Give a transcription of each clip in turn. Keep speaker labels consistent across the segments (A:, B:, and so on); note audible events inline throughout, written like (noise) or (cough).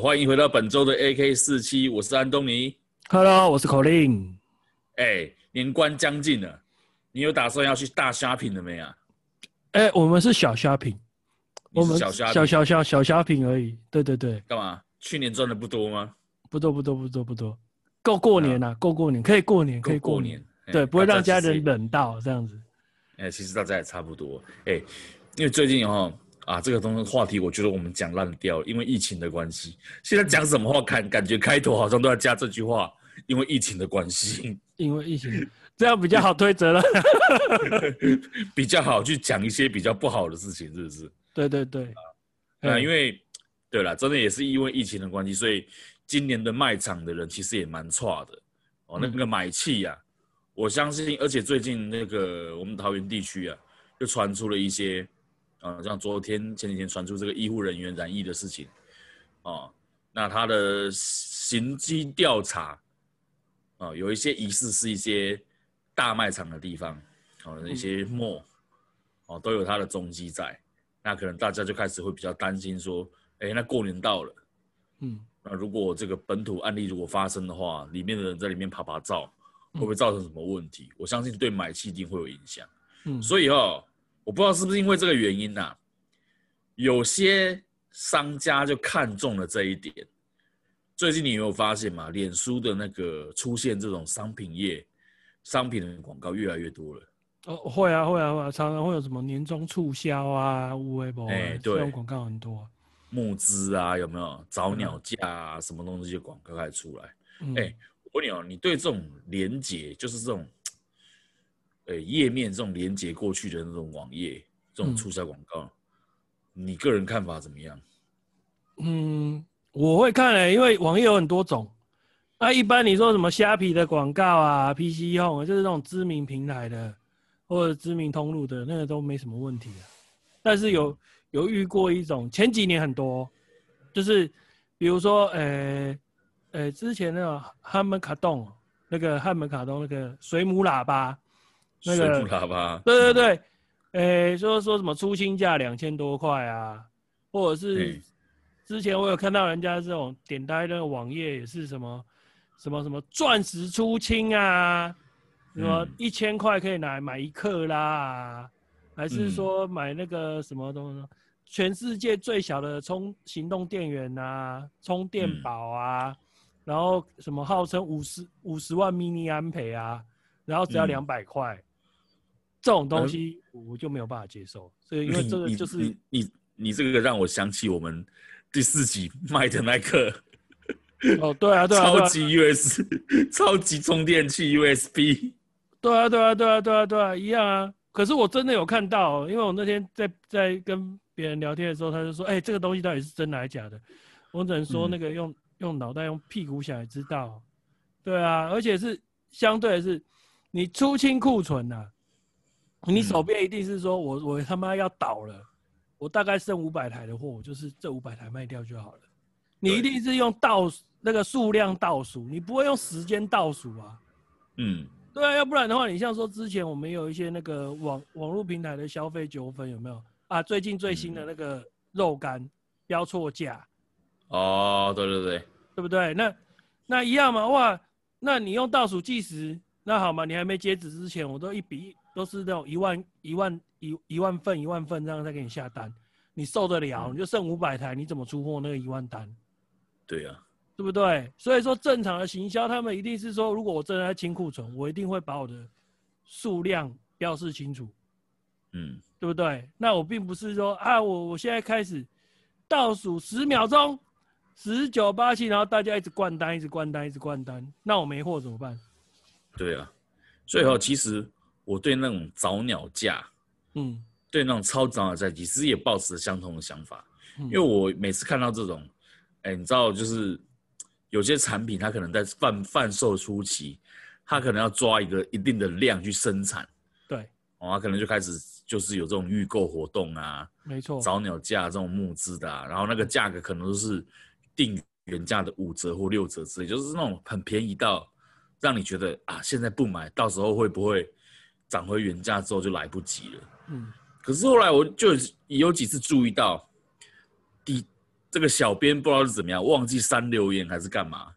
A: 欢迎回到本周的 AK 四七，我是安东尼。
B: Hello，我是 Colin。
A: 哎，年关将近了，你有打算要去大 shopping 了没啊？
B: 哎、我们是小虾品，
A: 你
B: 我
A: 是
B: 们
A: 小虾
B: 小
A: 饼
B: 小小小虾品而已。对对对，
A: 干嘛？去年赚的不多吗？
B: 不多不多不多不多，够过年啦，够过年，可以过年，可以
A: 啊过
B: 年，，
A: 哎
B: 对，不会让家。
A: 大其
B: 人
A: 实也
B: 冷到这样子。
A: 哎，其实大家也差不多。哎，因为最近哈啊，这个东西话题，我觉得我们讲烂掉了，因为疫情的关系。现在讲什么话，感感觉开头好像都要加这句话，因为疫情的关系。 (laughs)
B: 因为疫情，这样比较好推责了。
A: 比较好去讲一些比较不好的事情，是不是？
B: 对对对，哎
A: 那、啊因
B: 为
A: 为对了，真的也是因为疫情的关系，所以今年的卖场的人其实也蛮差的哦。那
B: 嗯
A: 个买气呀、我相信，而且最近那个我们桃园地区啊，就传出了一些，啊，像昨天前几天传出这个医护人员染疫的事情，哦，那他的行迹调查，啊，有一些疑似是一些大卖场的地方，哦，一些 mall，哦，都有他的踪迹在。那可能大家就开始会比较担心说，哎，那过年到了，
B: 嗯，
A: 那如果这个本土案例如果发生的话，里面的人在里面爬爬照，会不会造成什么问题？我相信对买气一定会有影响。
B: 嗯
A: 所以哦，我不知道是不是因为这个原因呐、有些商家就看中了这一点。最近你有没有发现嘛？脸书的那个出现这种商品业、商品的广告越来越多了。
B: 哦，会啊，会啊，会啊，常常会有什么年终促销啊、无微博啊，
A: 哎
B: 这种
A: 对
B: 广告很多。
A: 募资啊，有没有早鸟价啊，什么东西的广告开始出来？
B: 嗯
A: 哎我问你哦，你对这种连接，就是这种，呃，页面这种连接过去的那种网页，这种
B: 嗯
A: 促销广告，你个人看法怎么样？
B: 嗯，我会看诶、因为网页有很多种。那一般你说什么虾皮的广告啊、PC Home，啊就是那种知名平台的或者知名通路的，那个都没什么问题啊。但是有有遇过一种，前几年很多，就是比如说，呃呃，之前那个汉门卡洞，那个汉门卡洞那个水母喇叭，那个
A: 水布喇叭，
B: 对对对，诶、说说什么出清价两千多块啊，或者是
A: 嗯
B: 之前我有看到人家这种点开那个网页也是什么什么什么钻石出清啊，什么
A: 嗯
B: 一千块可以拿来买一克拉啊，还
A: 嗯
B: 是说买那个什么东西，全世界最小的充行动电源啊，充电
A: 嗯
B: 宝啊，然后什么号称五十五十万 mini 安培啊，然后只
A: 嗯
B: 要两百块。这种东
A: 呃
B: 西我就没有办法接受，所以因为这个
A: 你
B: 就是
A: 你你你你这个让我想起我们第四集卖的那个
B: 哦，对 (laughs) 啊，对啊，对
A: (laughs) 超
B: 啊，
A: 级 US 超级充电器 USB，
B: 对啊，对啊，对啊，对啊，对啊，一样啊。可是我真的有看到，哦因为我那天在在跟别人聊天的时候，他就说：“哎、这个东西到底是真的还是假的？”我只能说
A: 嗯
B: 那个用、用脑袋用屁股想也知道。哦对啊，而且是相对的是，你出清库存呐、你手
A: 嗯
B: 边一定是说我我他妈要倒了，我大概剩五百台的货，我就是这五百台卖掉就好了。你一
A: 对
B: 定是用倒数那个数量倒数，你不会用时间倒数啊。
A: (laughs) 嗯，
B: 对啊，要不然的话，你像说之前我们有一些那个网网络平台的消费纠纷有没有啊？最近最新的那个肉干标错价，
A: 哦，对对对，
B: 对不对？那那一样嘛，哇，那你用倒数计时，那好嘛，你还没截止之前，我都一笔都是那种一万一万一一万份一万份这样再给你下单，你受得了？
A: 嗯
B: 你就剩五百台，你怎么出货那个一万单？
A: 对啊，
B: 对不对？所以说正常的行销，他们一定是说，如果我真的在清库存，我一定会把我的数量标示清楚，
A: 嗯，
B: 对不对？那我并不是说啊，我我现在开始倒数十秒钟，十九八七，然后大家一直灌单，一直灌单，一直灌单，那我没货怎么办？
A: 对啊，所以哦，其实我对那种早鸟价。
B: 嗯，
A: 对那种超早鸟赛，其实也抱持相同的想法，
B: 嗯
A: 因为我每次看到这种，哎，你知道，就是有些产品它可能在贩贩售初期，它可能要抓一个一定的量去生产，
B: 对，
A: 哦，它可能就开始就是有这种预购活动啊，
B: 没错，
A: 早鸟价这种募资的、啊，然后那个价格可能都是定原价的五折或六折之类，就是那种很便宜到让你觉得啊，现在不买，到时候会不会涨回原价之后就来不及了。
B: 嗯
A: 可是后来我就有几次注意到，底这个小编不知道是怎么样，忘记删留言还是干嘛。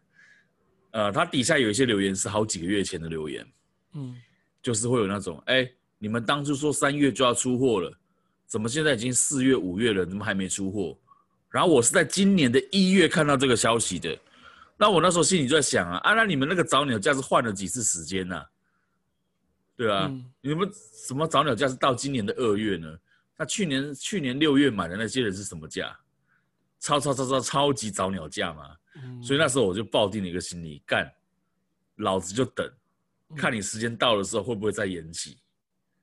A: 呃，他底下有一些留言是好几个月前的留言，
B: 嗯，
A: 就是会有那种，哎，你们当初说三月就要出货了，怎么现在已经四月、五月了，怎么还没出货？然后我是在今年的一月看到这个消息的，那我那时候心里就在想啊，啊，那你们那个早鸟价是换了几次时间呐、对啊，
B: 嗯
A: 你们什么早鸟价是到今年的二月呢？那去年去年六月买的那些人是什么价？超超超超超级早鸟价嘛！
B: 嗯
A: 所以那时候我就抱定了一个心理，干，老子就等，
B: 嗯
A: 看你时间到的时候会不会再延期。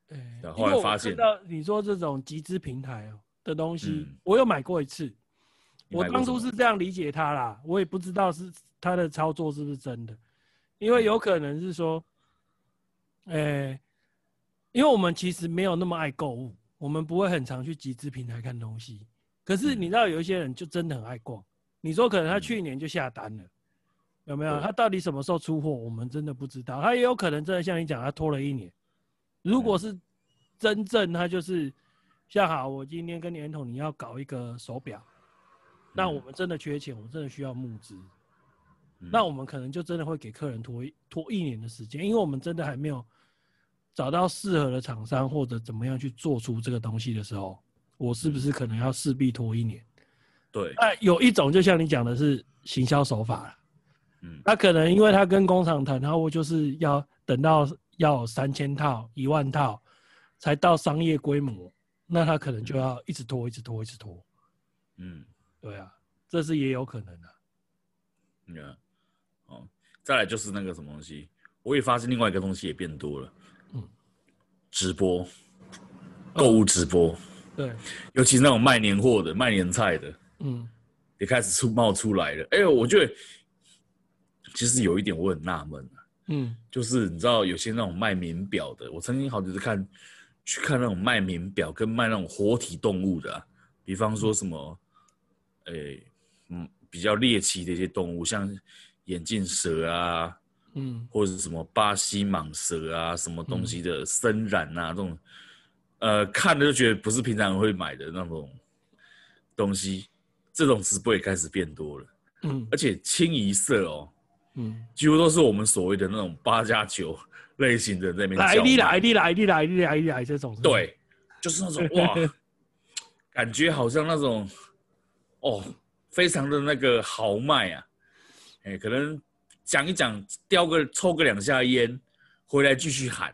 B: 对
A: 然后
B: 因为
A: 后来
B: 我
A: 发
B: 看
A: 现
B: 到你说这种集资平台哦的东西
A: 嗯，
B: 我有买过一次，
A: 你
B: 我
A: 买过什
B: 当初
A: 么
B: 是这样理解它啦，我也不知道是它的操作是不是真的，因
A: 嗯
B: 为有可能是说，诶，因为我们其实没有那么爱购物，我们不会很常去集资平台看东西，可是你知道有一些人就真的很爱逛，你说可能他
A: 嗯
B: 去年就下单了。有没有？
A: 对
B: 他到底什么时候出货，我们真的不知道。他也有可能真的像你讲，他拖了一年。如
A: 嗯
B: 果是真正他就是像好，我今天跟年头你要搞一个手表，那我们真的缺钱，我们真的需要募资，
A: 嗯
B: 那我们可能就真的会给客人拖一拖一年的时间，因为我们真的还没有找到适合的厂商或者怎么样去做出这个东西的时候，我是不是可能要势必拖一年？
A: 对，
B: 那有一种就像你讲的是行销手法了。
A: 嗯
B: 那可能因为他跟工厂谈，然后我就是要等到要三千套、一万套，才到商业规模，那他可能就要一直拖、一直拖、一直拖。
A: 嗯
B: 对啊，这是也有可能的、啊
A: 嗯啊，哦，再来就是那个什么东西，我也发现另外一个东西也变多了，
B: 嗯
A: 直播，购物直播，
B: 对，
A: 尤其是那种卖年货的、卖年菜的，
B: 嗯
A: 也开始出冒出来了。哎呦，我觉得其实有一点我很纳闷啊
B: 嗯
A: 就是你知道有些那种卖名表的，我曾经好几次看去看那种卖名表跟卖那种活体动物的啊、比方说什么，诶、嗯，比较猎奇的一些动物，像眼镜蛇啊，
B: 嗯
A: 或者是什么巴西蟒蛇啊，什么东西的森蚺啊，这种，呃，看了就觉得不是平常人会买的那种东西，这种直播也开始变多了，
B: 嗯
A: 而且清一色哦，
B: 嗯，
A: 几乎都是我们所谓的那种八加九类型的在那边
B: 来
A: 叫
B: 的
A: 卖
B: 来的来的来的来的来这种，，
A: 对，就是那种哇，感觉好像那种哦，非常的那个豪迈啊，哎，可能讲一讲，叼个抽个两下烟，回来继续喊，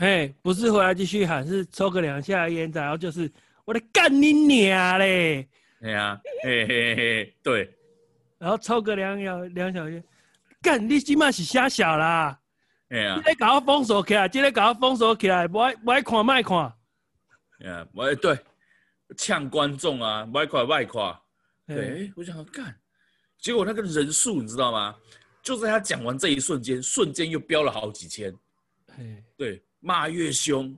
B: 哎，不是回来继续喊，是抽个两下烟，然后就是我的干你娘嘞，
A: 哎呀、嘿嘿嘿，对，
B: 然后抽个两小两小烟，干你起码是瞎小啦。
A: 哎呀、
B: 今天搞我封锁起来，今天搞我封锁起来，不爱不爱看卖看。
A: 哎呀，我对，呛观众啊，外垮外垮，
B: 嘿，
A: 对，我想要干，结果那个人数你知道吗？就在他讲完这一瞬间，瞬间又飙了好几千，
B: 嘿
A: 对，骂越凶，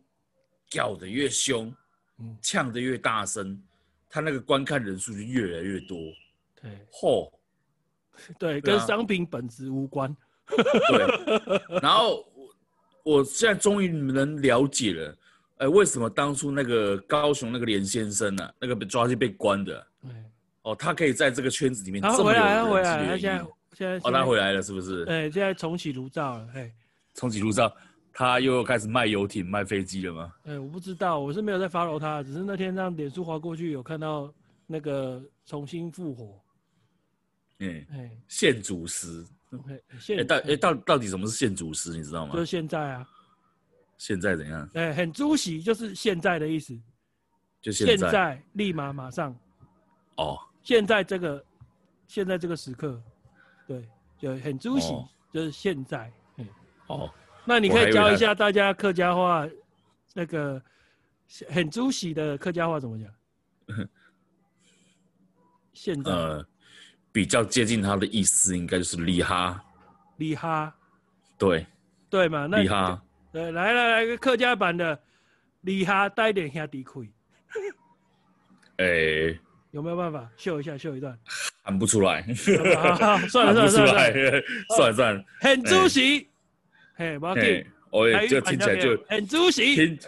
A: 叫的越凶，
B: 嗯，
A: 呛得越大声，他那个观看人数就越来越多。
B: 对
A: 嚯、对
B: 对，跟
A: 啊
B: 商品本质无关。
A: 对，然后我我现在终于能了解了，哎，为什么当初那个高雄那个连先生啊，那个被抓去被关的
B: 哎
A: 哦，他可以在这个圈子里面
B: 他
A: 这
B: 回
A: 么有
B: 来，他回
A: 人
B: 来，
A: 气
B: 他
A: 的
B: 现
A: 原
B: 在
A: 因。
B: 现在
A: 哦，他回来了，是不是？
B: 哎，现在重启炉灶了。哎
A: 重启路上，他又开始卖游艇、卖飞机了吗？
B: 哎，我不知道，我是没有在 follow 他，只是那天让脸书划过去，有看到那个重新复活。
A: 嗯，
B: 哎，
A: 现主食，
B: 嘿
A: 哎、
B: 现
A: 到哎、到到底什么是现主食，你知道吗
B: 就是？现在啊，
A: 现在怎样？
B: 哎，很猪喜就是现在的意思，
A: 就现在
B: 现在立马马上，
A: 哦，
B: 现在这个现在这个时刻，对，就很出喜，
A: 哦
B: 就是现在。嗯，
A: 哦，
B: 那你可
A: 我还以
B: 以
A: 为
B: 教
A: 他
B: 一下大家客家话，那个很出喜的客家话怎么讲？
A: (laughs)
B: 现在
A: 呃，比较接近他的意思，应该就是利哈，
B: 李哈
A: 对，
B: 对嘛？那
A: 利哈，
B: 对，来来来个客家版的李哈，带点下底亏，
A: 哎、
B: 有没有办法秀一下秀
A: (laughs)
B: 一段？
A: 喊不出来，
B: 好好好 (laughs) 算了
A: 喊
B: 算
A: 不哎出来
B: 了算了算了，，
A: (laughs) 算了算了，
B: 很出喜，嘿，不要
A: 哎、
B: 紧，
A: 我也
B: 台语
A: 哎就
B: 版
A: 听起来就
B: 没有很出喜。
A: 听，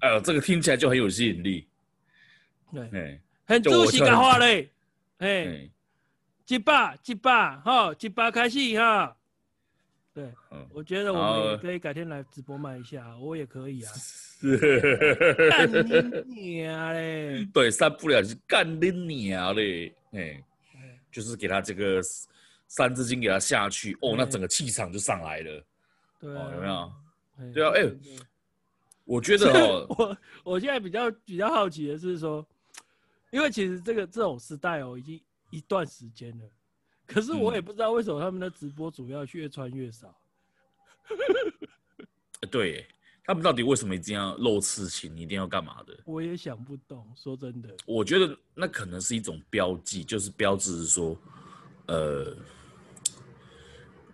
A: 哎呦，这个听起来就很有吸引力，
B: 对
A: 哎、
B: 很主席的话嘞，哎，
A: 哎，
B: 一把一把哈，一把开始哈。对，
A: 嗯， (laughs)
B: 我觉得我们也
A: 好
B: 可以改天来直播卖一下，我也可
A: (laughs)
B: 以啊。干
A: 是，
B: 你娘啊嘞！
A: 对，三不了就是干你娘嘞，哎，
B: 哎
A: 就是给他这个三字经给他下去，哦，那
B: 哎
A: 整个气场就上来了。
B: 对
A: 哦
B: 啊，
A: 有没有
B: 哎？
A: 对啊哎
B: 真的
A: 我觉得
B: (laughs)
A: 哦，
B: 我我现在比较比较好奇的是说，因为其实这个这种时代哦，已经一段时间了，可是
A: 嗯
B: 我也不知道为什么他们的直播主要越穿越少。
A: 呃对他们到底为什么一定要露刺青，一定要干嘛的？
B: 我也想不懂，说真的，
A: 我觉得那可能是一种标记，就是标志是说，呃，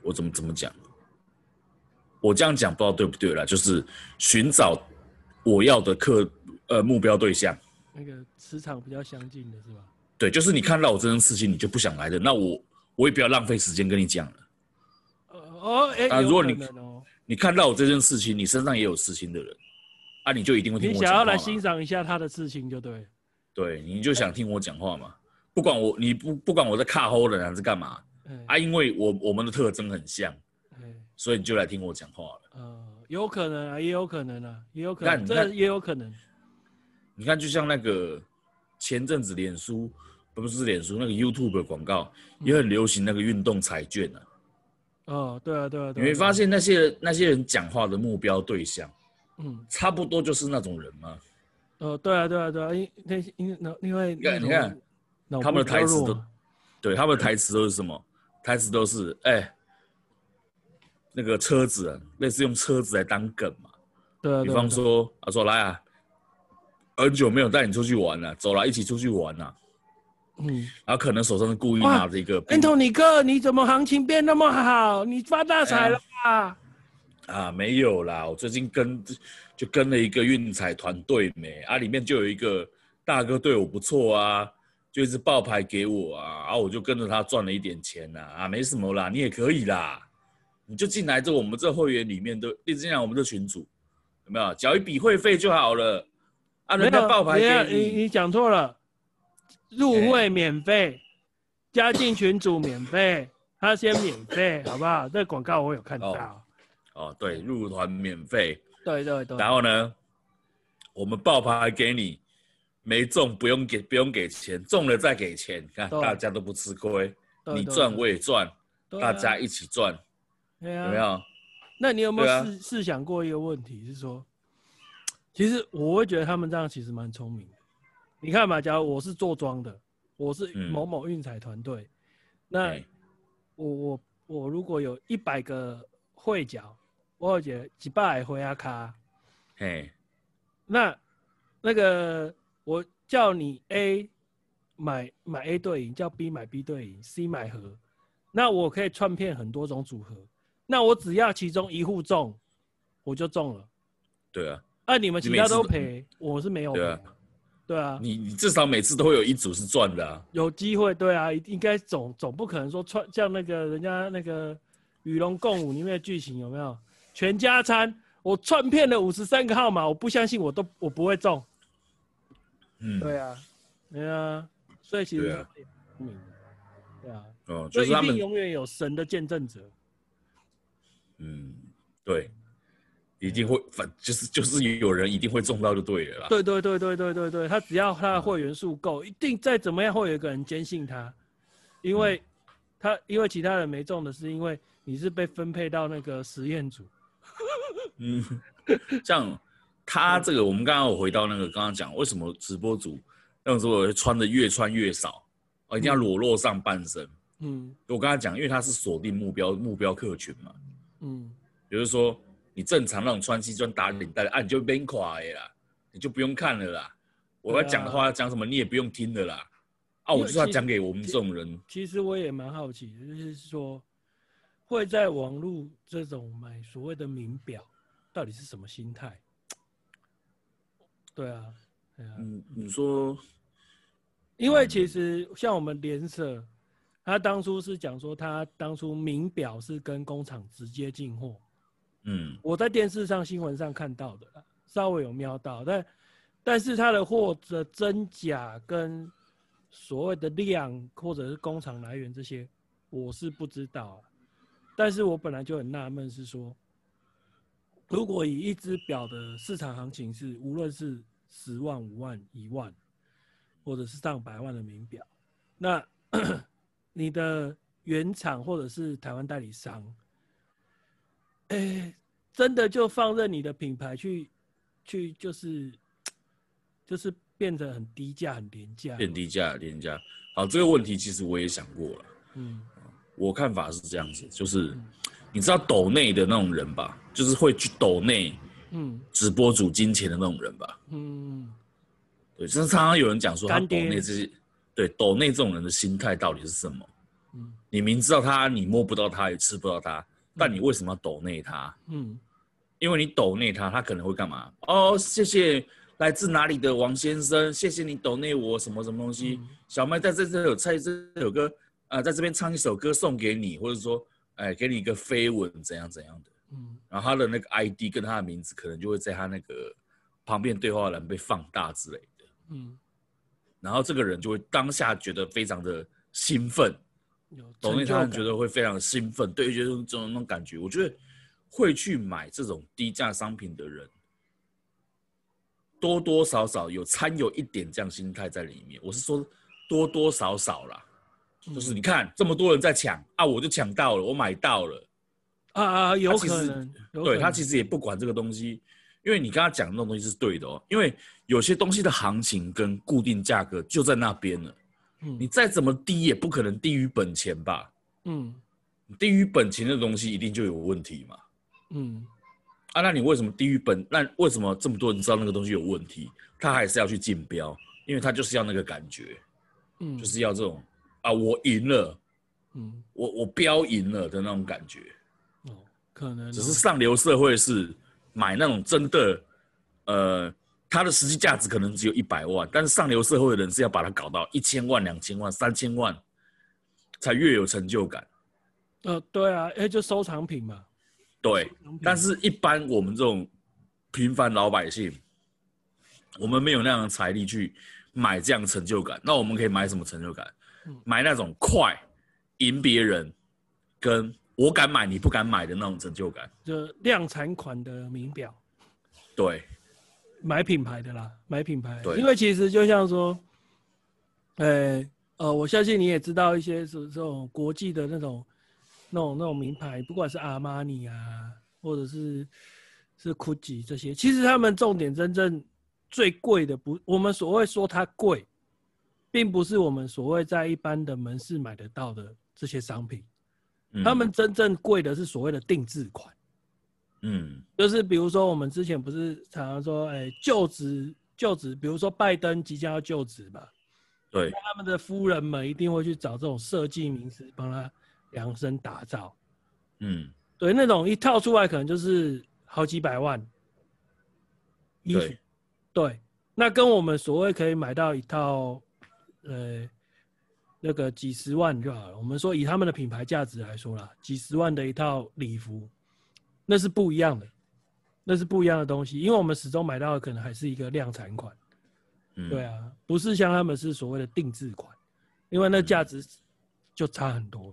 A: 我怎么怎么讲？我这样讲不知道对不对啦，就是寻找我要的客呃目标对象。
B: 那个磁场比较相近的是吧？
A: 对，就是你看到我这件事情，你就不想来的，那我我也不要浪费时间跟你讲了。
B: 呃哦，哎、
A: 啊
B: 有
A: 如果
B: 可
A: 你
B: 能哦，
A: 你看到我这件事情，你身上也有事情的人，啊，你就一定会听
B: 你
A: 我
B: 想
A: 讲话
B: 要
A: 嘛
B: 来欣赏一下他的事情就对了。
A: 对，你就想听我讲话嘛。不管我你不不管我在卡齁人还是干嘛
B: 哎、
A: 啊，因为我我们的特征很像，
B: 哎
A: 所以你就来听我讲话了。
B: 呃，有可能啊，也有可能啊，也有可能，
A: 但
B: 这
A: 那
B: 也有可能。
A: 你看，就像那个前阵子脸书不是脸书那个 YouTube 的广告
B: 嗯
A: 也很流行那个运动彩券啊，
B: 哦，对啊，对啊，
A: 你
B: 对啊
A: 会发，现那些人那些人讲话的目标对象
B: 嗯，
A: 差不多就是那种人吗？
B: 哦，对啊，对啊，对啊，因那因那因为
A: 你看
B: 那
A: 你看
B: 种脑
A: 他们的
B: 波
A: 台
B: 比较
A: 词
B: 弱
A: 都
B: 嘛
A: 对，他们的台词都是什么？台词都是哎、那个车子、啊，类似用车子来当梗嘛。
B: 对啊，
A: 比
B: 对啊
A: 方，
B: 对啊
A: 说，他说来啊，很久没有带你出去玩了，走了，一起出去玩了。
B: 嗯
A: 然后可能手上是故意拿着一个布
B: ，Anthony 哥，你怎么行情变那么好？你发大财了
A: 哎
B: 吧？
A: 啊，没有啦，我最近跟就跟了一个运彩团队没啊，里面就有一个大哥对我不错啊，就一直爆牌给我啊，啊，我就跟着他赚了一点钱呐、啊，没什么啦，你也可以啦，你就进来这我们这会员里面都一直进来我们这群组，有没有缴一笔会费就好了啊？
B: 没
A: 人家
B: 有，
A: 爆牌
B: 没有
A: 给
B: 你
A: 你，哎
B: 你讲错了，入会免费，加进群组免费，他先免费，好不好？这广告我有看到
A: 哦。哦，对，入团免费，
B: 对对对，
A: 然后呢，我们爆牌给你，没中不用给不用给钱，中了再给钱，看
B: 对
A: 大家都不吃亏，
B: 对
A: 你
B: 对
A: 赚
B: 对
A: 我也赚，
B: 对啊
A: 大家一起赚，
B: 对
A: 有
B: 啊
A: 没有？
B: 那你有没
A: 对
B: 有
A: 啊
B: 试试想过一个问题，是说，其实我会觉得他们这样其实蛮聪明的。你看嘛，假如我是做庄的，我是
A: 嗯
B: 某某运彩团队，那
A: 哎
B: 我我我如果有一百个会角，我有得几百回阿卡，
A: 嘿，
B: 那那个我叫你 A 买买 A 队赢，叫 B 买 B 队赢，C 买和，那我可以串骗很多种组合。那我只要其中一户中，我就中了。
A: 对啊，
B: 那、你们其
A: 你每
B: 他
A: 次
B: 都
A: 都
B: 赔，我是没有赔
A: 对
B: 啊
A: 啊。
B: 对啊，
A: 你你至少每次都会有一组是赚的啊，
B: 有机会，对啊，一定应该总总不可能说串像那个人家那个《与龙共舞》里面的剧情有没有？全家餐，我串骗了五十三个号码，我不相信我都我不会中。
A: 嗯，
B: 对啊，对啊，所以其实
A: 对
B: 他
A: 啊
B: 们也不明白，对啊，
A: 哦，
B: 所
A: 就
B: 以
A: 是
B: 一
A: 他
B: 定
A: 们，
B: 永远有神的见证者。
A: 嗯，对，一定会反，就是就是有人一定会中到就对了啦，
B: 对对对对对对对，他只要他的会员数够，一定再怎么样会有一个人坚信他，因为他因为其他人没中的是因为你是被分配到那个实验组，
A: 嗯， (laughs) 像他这个，我们刚刚有回到那个刚刚讲，为什么直播主那种时候会穿的越穿越少，哦，一定要裸露上半身。
B: 嗯
A: 我刚才讲，因为他是锁定目标目标客群嘛，
B: 嗯，
A: 比如说你正常那种穿西装打领带的，啊，你就变垮的啦，你就不用看了啦。我要讲的话要讲什么，你也不用听的啦。啊，我就是要讲给我们这种人，
B: 其实我也蛮好奇的，就是说会在网络这种买所谓的名表，到底是什么心态？对啊，对啊，
A: 嗯，你说，
B: 因为其实像我们联社，他当初是讲说他当初名表是跟工厂直接进货，
A: 嗯，
B: 我在电视上新闻上看到的啦，稍微有瞄到，但但是他的货的真假跟所谓的量或者是工厂来源这些，我是不知道、啊。但是我本来就很纳闷，是说，如果以一只表的市场行情是，无论是十万、五万、一万，或者是上百万的名表，那 (coughs) 你的原厂或者是台湾代理商，哎、真的就放任你的品牌去去就是就是变得很低价、很廉价，
A: 变低价廉价。好，这个问题其实我也想过了，
B: 嗯
A: 我看法是这样子，就是你知道抖内的那种人吧，就是会去抖内
B: 嗯
A: 直播主金钱的那种人吧。
B: 嗯，
A: 对，就是常常有人讲说他
B: 干
A: 抖
B: 爹
A: 内这些，对抖内这种人的心态到底是什么？
B: 嗯
A: 你明知道他，你摸不到他，也吃不到他，但你为什么要抖内他？
B: 嗯
A: 因为你抖内他，他可能会干嘛？哦，谢谢来自哪里的王先生，谢谢你抖内我什么什么东西。
B: 嗯
A: 小麦在这这有菜，这有歌啊、在这边唱一首歌送给你，或者说，哎，给你一个飞吻，怎样怎样的。
B: 嗯
A: 然后他的那个 ID 跟他的名字，可能就会在他那个旁边对话栏被放大之类的。
B: 嗯，
A: 然后这个人就会当下觉得非常的兴奋，
B: 嗯有
A: 抖内
B: 成就
A: 他
B: 感
A: 人觉得会非常的兴奋，对，就是这种那种感觉。我觉得会去买这种低价商品的人，多多少少有掺有一点这样心态在里面。我是说多多少少啦，
B: 嗯
A: 就是你看这么多人在抢啊，我就抢到了，我买到了。
B: 啊啊，有
A: 他其
B: 可
A: 实
B: 能，有
A: 对
B: 可
A: 他
B: 能
A: 其实也不管这个东西，因为你刚刚讲的那种东西是对的哦，因为有些东西的行情跟固定价格就在那边了。你
B: 嗯
A: 再怎么低也不可能低于本钱吧？
B: 嗯
A: 低于本钱的东西一定就有问题嘛？
B: 嗯
A: 啊，那你为什么低于本？那为什么这么多人知道那个东西有问题，他还是要去竞标？因为他就是要那个感觉，
B: 嗯，
A: 就是要这种啊，我赢了，
B: 嗯
A: 我我标赢了的那种感觉。
B: 哦，可能
A: 只
B: 哦
A: 是上流社会是买那种真的，呃，它的实际价值可能只有一百万，但是上流社会的人是要把它搞到一千万、两千万、三千万，才越有成就感。
B: 呃，对啊，哎，就收藏品嘛，
A: 对，
B: 藏品
A: 但是一般我们这种平凡老百姓，我们没有那样的财力去买这样的成就感。那我们可以买什么成就感
B: 嗯？
A: 买那种快赢别人，跟我敢买你不敢买的那种成就感。
B: 就量产款的名表，
A: 对，
B: 买品牌的啦，买品牌的。
A: 对啊
B: 因为其实就像说，呃呃，我相信你也知道一些这这种国际的那种、那种、那种名牌，不管是阿玛尼啊，或者是是 GUCCI 这些，其实他们重点真正最贵的不，我们所谓说它贵，并不是我们所谓在一般的门市买得到的这些商品，
A: 嗯
B: 他们真正贵的是所谓的定制款。
A: 嗯
B: 就是比如说，我们之前不是常常说，哎、就职就职，比如说拜登即将要就职嘛，
A: 对。
B: 他们的夫人们一定会去找这种设计名师帮他量身打造。
A: 嗯，
B: 对，那种一套出来可能就是好几百万衣服。
A: 对
B: 对那跟我们所谓可以买到一套，呃，那个几十万就好了。我们说以他们的品牌价值来说啦，几十万的一套礼服，那是不一样的，那是不一样的东西，因为我们始终买到的可能还是一个量产款。
A: 嗯
B: 对，啊，不是像他们是所谓的定制款，因为那
A: 嗯
B: 价值就差很多。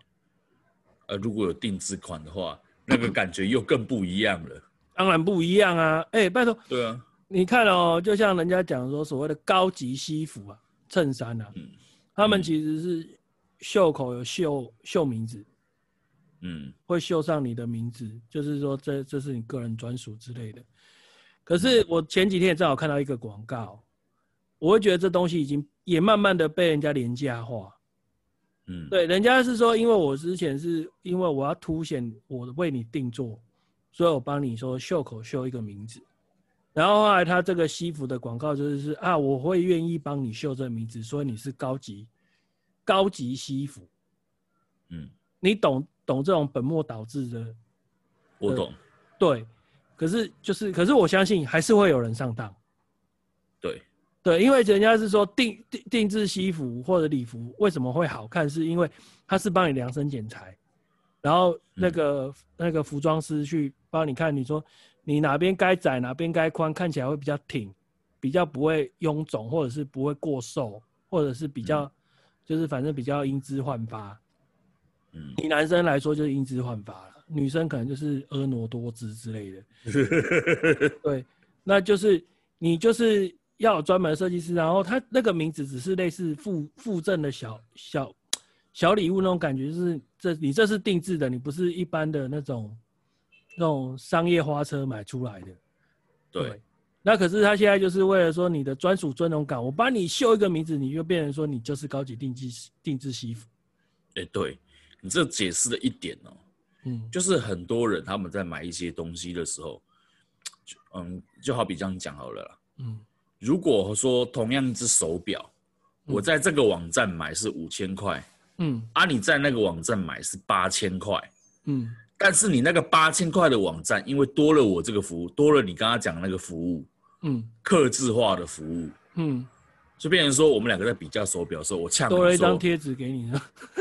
A: 呃，如果有定制款的话，那个感觉又更不一样了。
B: 当然不一样啊！哎、拜托，
A: 对啊，
B: 你看哦，就像人家讲说所谓的高级西服啊、衬衫啊，
A: 嗯
B: 他
A: 嗯
B: 们其实是袖口有绣绣名字，
A: 嗯
B: 会绣上你的名字，就是说这这是你个人专属之类的。可是我前几天也正好看到一个广告，我会觉得这东西已经也慢慢的被人家廉价化。
A: 嗯，
B: 对，人家是说，因为我之前是因为我要凸显我的为你定做，所以我帮你说袖口绣一个名字。然后后来他这个西服的广告就是是啊，我会愿意帮你绣这个名字，所以你是高级高级西服，
A: 嗯，
B: 你懂懂这种本末倒置的
A: 我懂，
B: 对。可是就是，可是我相信还是会有人上当。
A: 对，
B: 对，因为人家是说定定定制西服或者礼服为什么会好看，是因为他是帮你量身剪裁，然后那个、那个服装师去帮你看，你说你哪边该窄，哪边该宽，看起来会比较挺，比较不会臃肿，或者是不会过瘦，或者是比较、就是反正比较英姿焕发。
A: 嗯， (laughs)
B: 以男生来说就是英姿焕发了，女生可能就是婀娜多姿之类的。对，那就是你就是要有专门的设计师，然后他那个名字只是类似附附赠的小小小礼物那种感觉，就是这你这是定制的，你不是一般的那种那种商业花车买出来的。
A: 对，
B: 那可是他现在就是为了说你的专属尊荣感，我帮你绣一个名字，你就变成说你就是高级定制定制西服。
A: 哎，对你这解释了一点哦，
B: 嗯，
A: 就是很多人他们在买一些东西的时候，就嗯，就好比这样讲好了啦。
B: 嗯
A: 如果说同样一只手表，
B: 嗯
A: 我在这个网站买是五千块，
B: 嗯
A: 啊，你在那个网站买是八千块，
B: 嗯
A: 但是你那个八千块的网站，因为多了我这个服务，多了你刚刚讲的那个服务，
B: 嗯
A: 客制化的服务，
B: 嗯，
A: 就变成说我们两个在比较手表的时候，我呛你
B: 多了一张
A: 说，
B: 贴纸给你。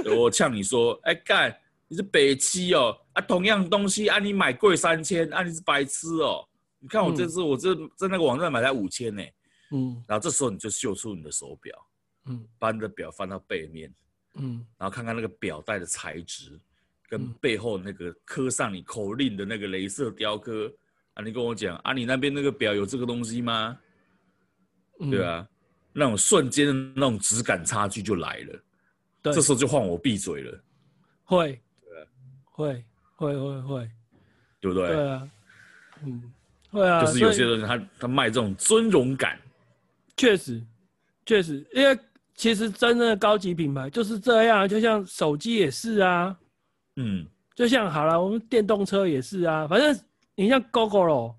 A: 对我呛你说，哎干，你是北七哦，啊，同样东西啊，你买贵三千，啊，你是白痴哦，你看我这次、我这在那个网站买才五千呢，
B: 嗯
A: 然后这时候你就秀出你的手表，
B: 嗯
A: 把你的表翻到背面，
B: 嗯
A: 然后看看那个表带的材质，跟背后那个刻上你口令的那个镭射雕刻啊，你跟我讲啊，你那边那个表有这个东西吗？
B: 嗯，
A: 对，啊，那种瞬间的那种质感差距就来了，
B: 对
A: 这时候就换我闭嘴了，
B: 会，会会会会，
A: 对啊不对？
B: 对啊，嗯，会啊，
A: 就是有
B: 所以
A: 些人他他卖这种尊荣感，
B: 确实，确实，因为其实真正的高级品牌就是这样，啊就像手机也是啊，
A: 嗯，
B: 就像好了，我们电动车也是啊，反正你像 GoGoRo，GoGoRo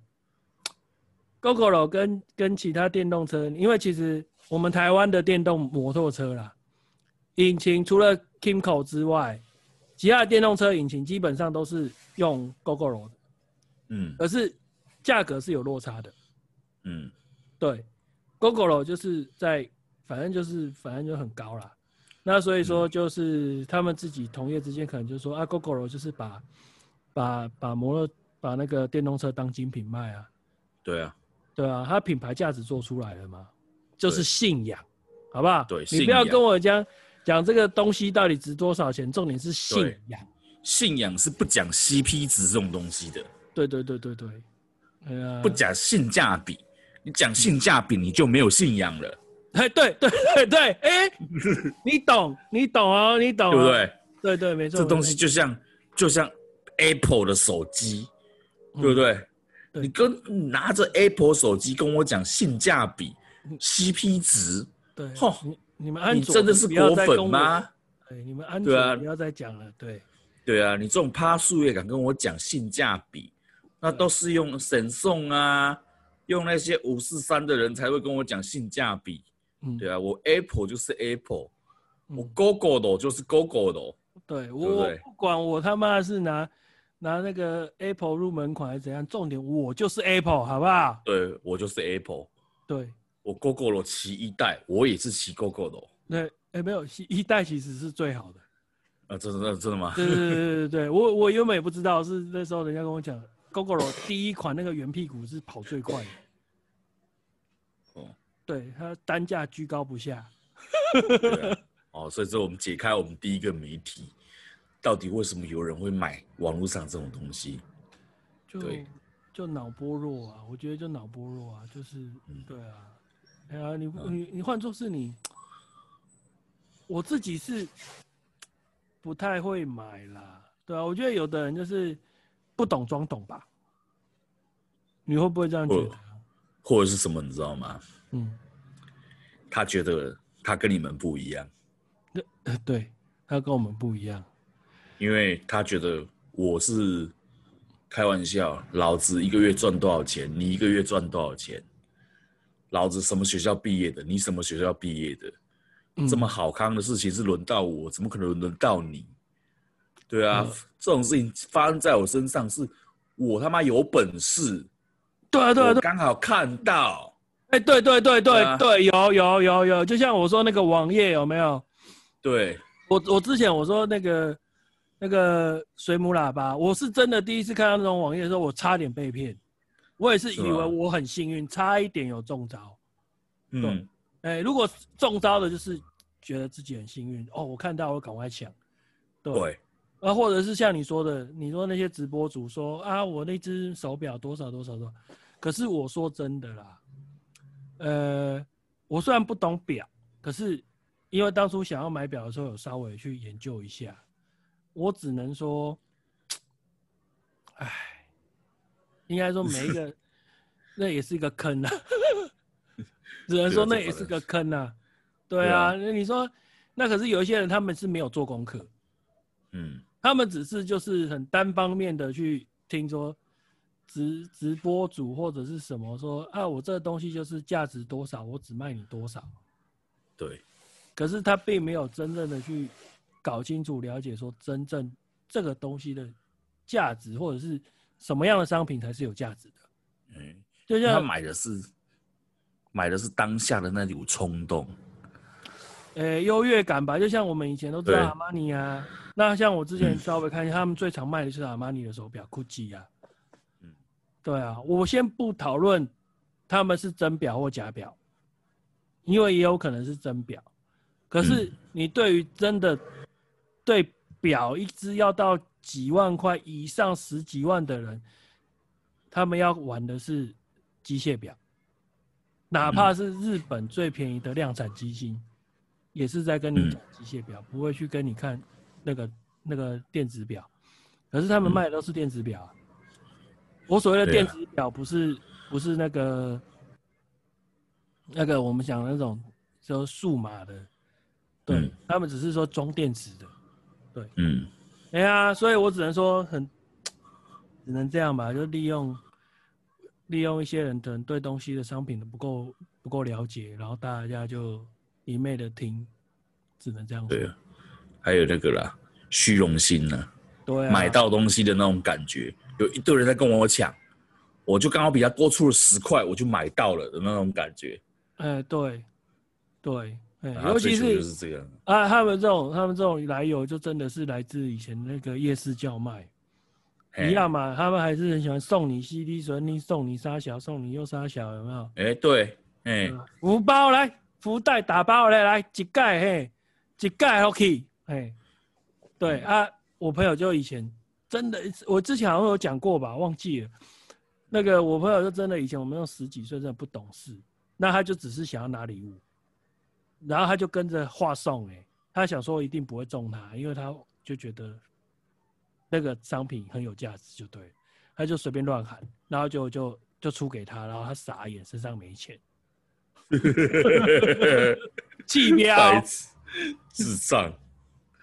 B: 跟跟其他电动车，因为其实我们台湾的电动摩托车啦，引擎除了 Kimco 之外，其他的电动车引擎基本上都是用 GoGoRo 的，
A: 嗯
B: 可是价格是有落差的。
A: 嗯，
B: 对，GoGoRo 就是在，反正就是反正就很高啦。那所以说
A: 嗯
B: 就是他们自己同业之间可能就说啊，GoGoRo 就是把把把摩托把那个电动车当精品卖啊，
A: 对啊，
B: 对啊，它品牌价值做出来了嘛，就是
A: 对
B: 信仰，好不好？
A: 对
B: 你
A: 信
B: 不要
A: 仰
B: 跟我讲讲这个东西到底值多少钱，重点是信
A: 对
B: 仰。
A: 信仰是不讲 CP 值这种东西的，
B: 对对对对对，哎呀，
A: 不讲性价比，你讲性价比你就没有信仰了，
B: 哎，对对对对，哎，
A: (laughs)
B: 你懂你懂哦，你懂、哦，
A: 对不？对？
B: 对对，没错，
A: 这
B: 没
A: 东
B: 错
A: 西就像就像 Apple 的手机，
B: 嗯
A: 对不对？
B: 对
A: 你跟你拿着 Apple 手机跟我讲性价比、CP 值，
B: 对，
A: 吼
B: 你嗯啊你们安
A: 你
B: 卓
A: 真的是
B: 不要
A: 果
B: 再跟
A: 粉
B: 我
A: 吗？？
B: 对，你们安
A: 对啊
B: 卓不要再讲了，对
A: 对啊，你这种趴树也敢跟我讲性价比，
B: 嗯
A: 那都是用神送啊，用那些五四三的人才会跟我讲性价比。
B: 嗯，
A: 对啊，我 Apple 就是 Apple，
B: 嗯
A: 我 Google 的就是 Google 的。
B: 对
A: 对不
B: 我
A: 对
B: 不管我他妈是拿拿那个 Apple 入门款还是怎样，重点我就是 Apple，好不好？
A: 对我就是 Apple，
B: 对，
A: 我 Google 的骑一代，我也是骑 Google 的。
B: 那哎没有一一代其实是最好的，
A: 啊，真的真的真的吗？
B: 对对对对对对，我我原本也不知道，是那时候人家跟我讲，GoGoRo 第一款那个圆屁股是跑最快的，
A: 哦，
B: 对它单价居高不下，
A: 对啊，哦，所以这我们解开我们第一个谜题，到底为什么有人会买网络上这种东西？
B: 就
A: 对
B: 就脑波弱啊，我觉得就脑波弱啊，就是、
A: 嗯
B: 对啊，哎呀，你不你你换作是你，我自己是不太会买啦，对啊，我觉得有的人就是不懂装懂吧，你会不会这样觉
A: 我
B: 得？
A: 或者是什么，你知道吗？
B: 嗯，
A: 他觉得他跟你们不一样，
B: 呃对，他跟我们不一样，
A: 因为他觉得我是开玩笑，老子一个月赚多少钱，你一个月赚多少钱，老子什么学校毕业的，你什么学校毕业的，
B: 嗯
A: 这么好康的事情是轮到我，怎么可能轮到你？对啊，
B: 嗯
A: 这种事情发生在我身上是，我他妈有本事，
B: 对啊对啊
A: 我
B: 对啊，
A: 刚好看到，
B: 哎、对对对对
A: 对
B: 对
A: 啊
B: 有有有有，就像我说那个网页有没有？
A: 对，
B: 我我之前我说那个那个水母喇叭，我是真的第一次看到那种网页的时候，我差点被骗。我也是以
A: 是吗
B: 为我很幸运，差一点有中招。
A: 嗯
B: 哎、如果中招的，就是觉得自己很幸运哦，我看到我赶快抢，对，
A: 对，
B: 啊，或者是像你说的，你说那些直播主说啊，我那只手表多少多少多少，可是我说真的啦，呃，我虽然不懂表，可是因为当初想要买表的时候有稍微去研究一下，我只能说，唉，应该说每
A: (laughs)
B: 一个那也是一个坑啊， (laughs) 只能说
A: 对啊这
B: 那也
A: 反
B: 是
A: 正
B: 个坑啊，对
A: 对啊
B: 啊，那你说那可是有一些人他们是没有做功课。
A: 嗯，
B: 他们只是就是很单方面的去听说直直播主或者是什么说啊，我这个东西就是价值多少，我只卖你多少。
A: 对，
B: 可是他并没有真正的去搞清楚、了解说真正这个东西的价值，或者是什么样的商品才是有价值的。
A: 嗯，
B: 就
A: 因为他
B: 像
A: 买的是买的是当下的那股冲动，
B: 呃优越感吧，就像我们以前都知道
A: 对嗯
B: 阿玛尼啊，那像我之前稍微看一下，他们最常卖的是阿玛尼的手表，GUCCI 啊，
A: 嗯
B: 对啊，我先不讨论他们是真表或假表，因为也有可能是真表，可是
A: 嗯
B: 你对于真的对表一只要到几万块以上十几万的人，他们要玩的是机械表，哪怕是日本最便宜的量产机芯，也是在跟你
A: 嗯
B: 讲机械表，不会去跟你看那个那个电子表。可是他们
A: 嗯
B: 卖的都是电子表、啊。我所谓的
A: 对
B: 电
A: 啊
B: 子表，不是不是那个那个我们讲的那种就数码的，对、
A: 嗯
B: 他们只是说装电池的。
A: 嗯，
B: 哎呀，所以我只能说很，只能这样吧，就利用利用一些人可能对东西的商品的不够不够了解，然后大家就一昧的听，只能这样说。
A: 对啊，还有那个啦，虚荣心呢、
B: 对啊，
A: 买到东西的那种感觉，有一堆人在跟我抢，我就刚好比他多出了十块，我就买到了的那种感觉。
B: 哎、对对，哎、
A: 然后
B: 尤
A: 追
B: 其
A: 求就是是这样，
B: 啊，他们这种他们这种来由，就真的是来自以前那个夜市叫卖。
A: 嘿
B: 一样嘛，他们还是很喜欢送你 CD 水你送你沙小，送你又沙小，有没有？
A: 哎、对，哎、
B: 福包来，福袋打包来，来一盖嘿，一盖 OK 嘿，对啊，我朋友就以前真的，我之前好像有讲过吧，忘记了。那个我朋友就真的以前我们那种十几岁真的不懂事，那他就只是想要拿礼物，然后他就跟着话送哎、他想说一定不会中他，因为他就觉得那个商品很有价值就对了，他就随便乱喊，然后就就就出给他，然后他傻眼，身上没钱。气
A: 白
B: 标，
A: 痴，智障，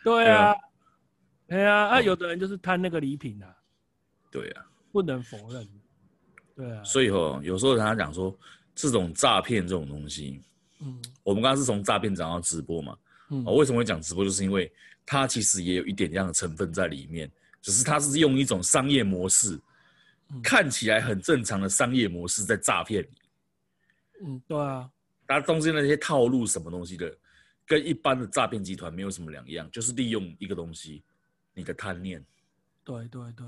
B: 对啊，对啊，
A: 哦
B: 啊，有的人就是贪那个礼品啊，
A: 对啊。
B: 不能否认，对啊，
A: 所以哦，有时候人家讲说，这种诈骗这种东西，
B: 嗯
A: 我们刚刚是从诈骗讲到直播嘛，啊、
B: 嗯，
A: 为什么会讲直播，就是因为它其实也有一点这样的成分在里面，只是它是用一种商业模式
B: 嗯，
A: 看起来很正常的商业模式在诈骗你，
B: 嗯，对啊，
A: 它中间的那些套路什么东西的，跟一般的诈骗集团没有什么两样，就是利用一个东西，你的贪念，
B: 对对对，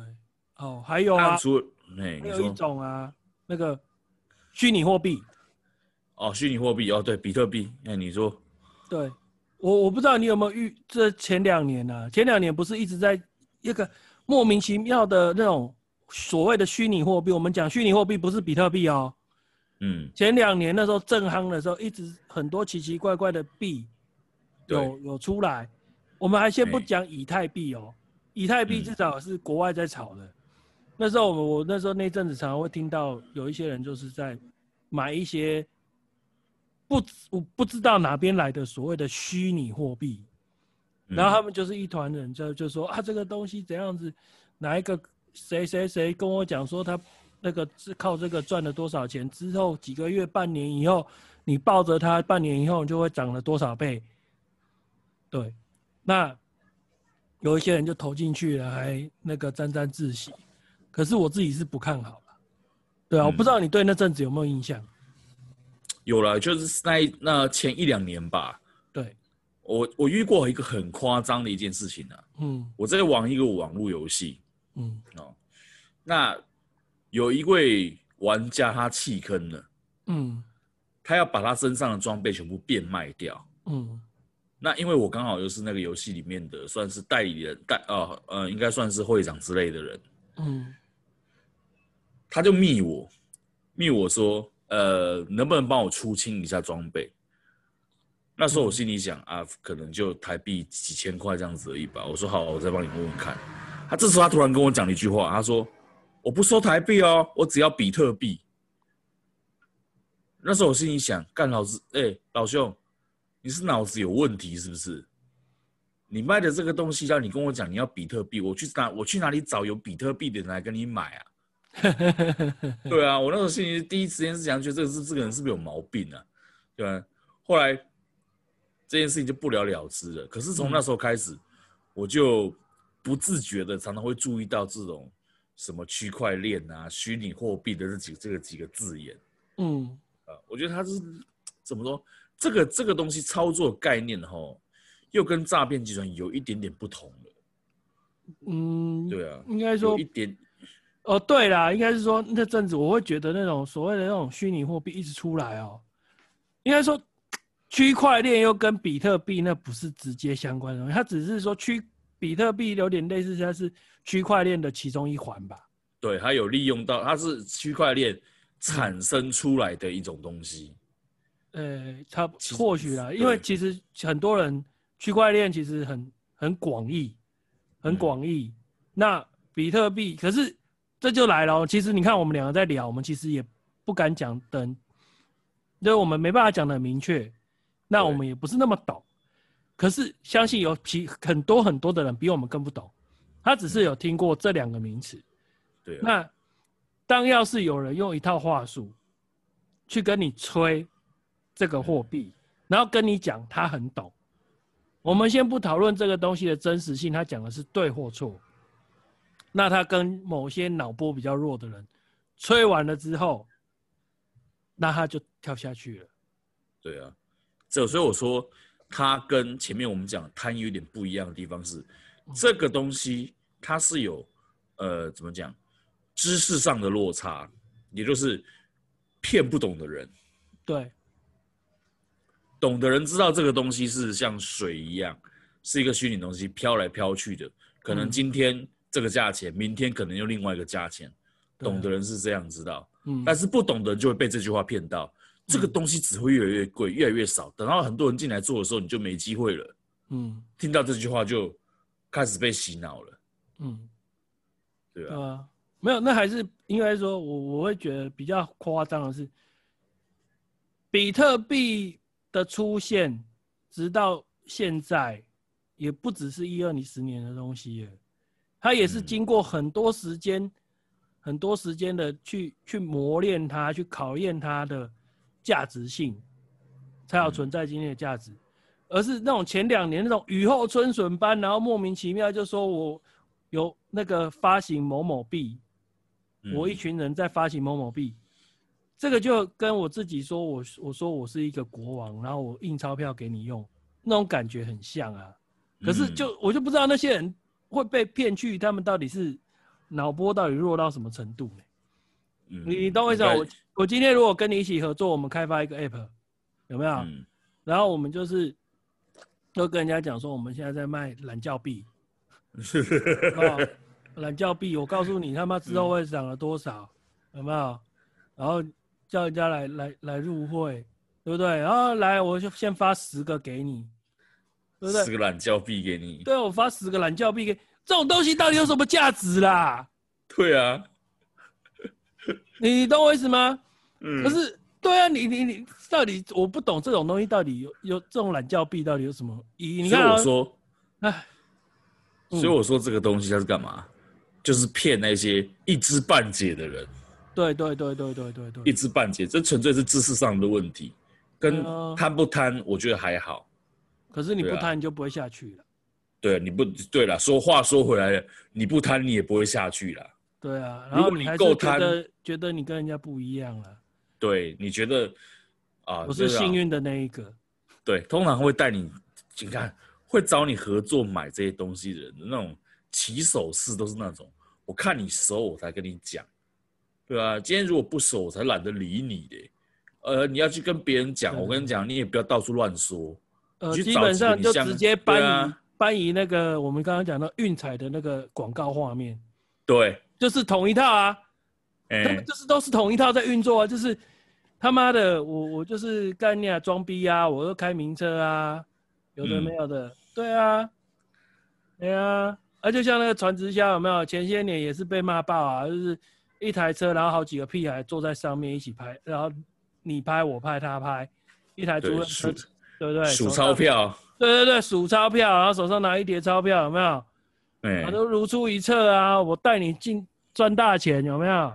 B: 哦，还有
A: 当
B: 啊，
A: 初哎，
B: 还
A: 你
B: 有一
A: 说
B: 种啊，那个虚拟货币，
A: 哦，虚拟货币哦，对，比特币，哎，你说
B: 对我我不知道你有没有遇，这前两年啊，前两年不是一直在一个莫名其妙的那种所谓的虚拟货币，我们讲虚拟货币不是比特币哦，
A: 嗯，
B: 前两年那时候正夯的时候，一直很多奇奇怪怪的币
A: 对
B: 有有出来。我们还先不
A: 哎
B: 讲以太币哦，以太币
A: 嗯
B: 至少是国外在炒的。那时候我们我那时候那阵子常常会听到有一些人就是在买一些不我不知道哪边来的所谓的虚拟货币，
A: 嗯
B: 然后他们就是一团人就就说啊，这个东西怎样子，哪一个谁谁谁跟我讲说他那个是靠这个赚了多少钱，之后几个月、半年以后，你抱着它，半年以后就会涨了多少倍。对，那有一些人就投进去了，还那个沾沾自喜。可是我自己是不看好了。对啊，
A: 嗯
B: 我不知道你对那阵子有没有印象？
A: 有了，就是那一那前一两年吧，
B: 对，
A: 我我遇过一个很夸张的一件事情啊，
B: 嗯
A: 我在玩一个网络游戏
B: 嗯
A: 哦，那有一位玩家他弃坑了，
B: 嗯
A: 他要把他身上的装备全部变卖掉，
B: 嗯
A: 那因为我刚好又是那个游戏里面的算是代理人代啊呃，应该算是会长之类的人，
B: 嗯
A: 他就密我，密我说，呃，能不能帮我出清一下装备？那时候我心里想啊，可能就台币几千块这样子而已吧。我说好，我再帮你问问看。他这时候他突然跟我讲了一句话，他说我不收台币哦，我只要比特币。那时候我心里想，干老子，哎、老兄，你是脑子有问题是不是？你卖的这个东西，让你跟我讲你要比特币，我去哪我去哪里找有比特币的人来跟你买啊？对啊，我那时候心里第一时间是想，觉得这个是这个人是不是有毛病啊？对吧、后来这件事情就不了了之了。可是从
B: 嗯
A: 那时候开始，我就不自觉的常常会注意到这种什么区块链啊、虚拟货币的这几这个几个字眼。
B: 嗯
A: 呃，我觉得它是怎么说？这个这个东西操作概念哈，又跟诈骗集团有一点点不同了。
B: 嗯，
A: 对啊，
B: 应该说
A: 有一点
B: 哦，对啦，应该是说那阵子我会觉得那种所谓的那种虚拟货币一直出来哦，应该说区块链又跟比特币那不是直接相关的东西，它只是说区比特币有点类似，它是区块链的其中一环吧。
A: 对，它有利用到它是区块
B: 嗯
A: 链产生出来的一种东西。
B: 呃，差不
A: 其实
B: 或许啦，
A: 对
B: 因为其实很多人区块链其实很很广义，很
A: 嗯
B: 广义。那比特币，可是这就来了哦。其实你看，我们两个在聊，我们其实也不敢讲等，就是我们没办法讲的很明确，那
A: 对
B: 我们也不是那么懂。可是相信有其很多很多的人比我们更不懂，他只
A: 嗯
B: 是有听过这两个名词，
A: 对啊，
B: 那当要是有人用一套话术去跟你吹这个货币，
A: 嗯
B: 然后跟你讲他很懂，我们先不讨论这个东西的真实性，他讲的是对或错。那他跟某些脑波比较弱的人吹完了之后，那他就跳下去了。
A: 对啊，这所以我说它跟前面我们讲贪有点不一样的地方是，
B: 嗯
A: 这个东西它是有呃怎么讲知识上的落差，也就是骗不懂的人，
B: 对，
A: 懂的人知道这个东西是像水一样，是一个虚拟东西飘来飘去的，可能
B: 嗯
A: 今天这个价钱，明天可能又另外一个价钱，
B: 对啊
A: 懂的人是这样知道。
B: 嗯，
A: 但是不懂的人就会被这句话骗到，这个东西只会越来越贵，越来越少。等到很多人进来做的时候，你就没机会了。
B: 嗯
A: 听到这句话就开始被洗脑了，
B: 嗯。
A: 对吧、
B: 对啊，没有，那还是应该说我，我会觉得比较夸张的是，比特币的出现，直到现在，也不只是一二你十年的东西了，它也是
A: 嗯
B: 经过很多时间、很多时间的去去磨练它，去考验它的价值性，才有
A: 嗯
B: 存在今天的价值。而是那种前两年那种雨后春笋般，然后莫名其妙就说我有那个发行某某币，
A: 嗯
B: 我一群人在发行某某币，这个就跟我自己说我我说我是一个国王，然后我印钞票给你用，那种感觉很像啊。可是就、
A: 嗯
B: 我就不知道那些人会被骗去，他们到底是脑波到底弱到什么程度呢？
A: 嗯
B: 你你懂我意思啊？
A: 应该
B: 我我今天如果跟你一起合作，我们开发一个 app，有没有？
A: 嗯
B: 然后我们就是都跟人家讲说，我们现在在卖懒觉
A: (laughs)
B: 币，哦，懒觉币，我告诉你他妈之后会涨了多少，有没有？然后叫人家来来来入会，对不对？然后来我就先发十个给你，对不
A: 十
B: 对？
A: 个懒觉币给你，
B: 对，我发十个懒觉币给这种东西到底有什么价值啦？
A: 对啊，
B: 你你懂我意思吗？
A: 嗯，
B: 可是对啊，你你你到底我不懂这种东西到底有有这种懒觉币到底有什么意义？你
A: 所
B: 看、
A: 以
B: 啊，
A: 我说，
B: 唉，嗯
A: 所以我说这个东西它是干嘛？就是骗那些一知半解的人，
B: 对对对对对对对，
A: 一知半解，这纯粹是知识上的问题，跟
B: 对啊
A: 贪不贪，我觉得还好。
B: 可是你不
A: 对啊
B: 贪，你就不会下去了。
A: 对，你不对啦。说话说回来了，你不贪你也不会下去啦。
B: 对啊，
A: 如
B: 然后
A: 果你
B: 还
A: 够
B: 是觉
A: 贪
B: 得觉得你跟人家不一样了，
A: 对，你觉得啊，
B: 我是
A: 对啊
B: 幸。运的那一个。
A: 对，通常会带你，你看会找你合作买这些东西的人，那种起手式都是那种，我看你熟我才跟你讲，对啊，今天如果不熟，我才懒得理你的。呃，你要去跟别人讲，
B: 对
A: 我跟你讲，你也不要到处乱说，
B: 呃，
A: 你去
B: 基
A: 找
B: 本
A: 几个
B: 上就
A: 像
B: 直接搬移、
A: 对啊
B: 搬移那个我们刚刚讲到运彩的那个广告画面，
A: 对，
B: 就是同一套啊，
A: 哎、
B: 他们就是都是同一套在运作啊，就是他妈的，我我就是干你啊装逼啊，我又开名车啊，有的
A: 嗯
B: 没有的，对啊，对啊，啊就像那个传直销有没有？前些年也是被骂爆啊，就是一台车，然后好几个屁孩坐在上面一起拍，然后你拍我拍他拍，一台租
A: 对
B: 赁
A: 数，
B: 车对不对？
A: 数
B: 手上
A: 钞，票，
B: 对对对，数钞票，然后手上拿一叠钞票，有没有？
A: 哎、
B: 他都如出一辙啊，我带你进赚大钱，有没有？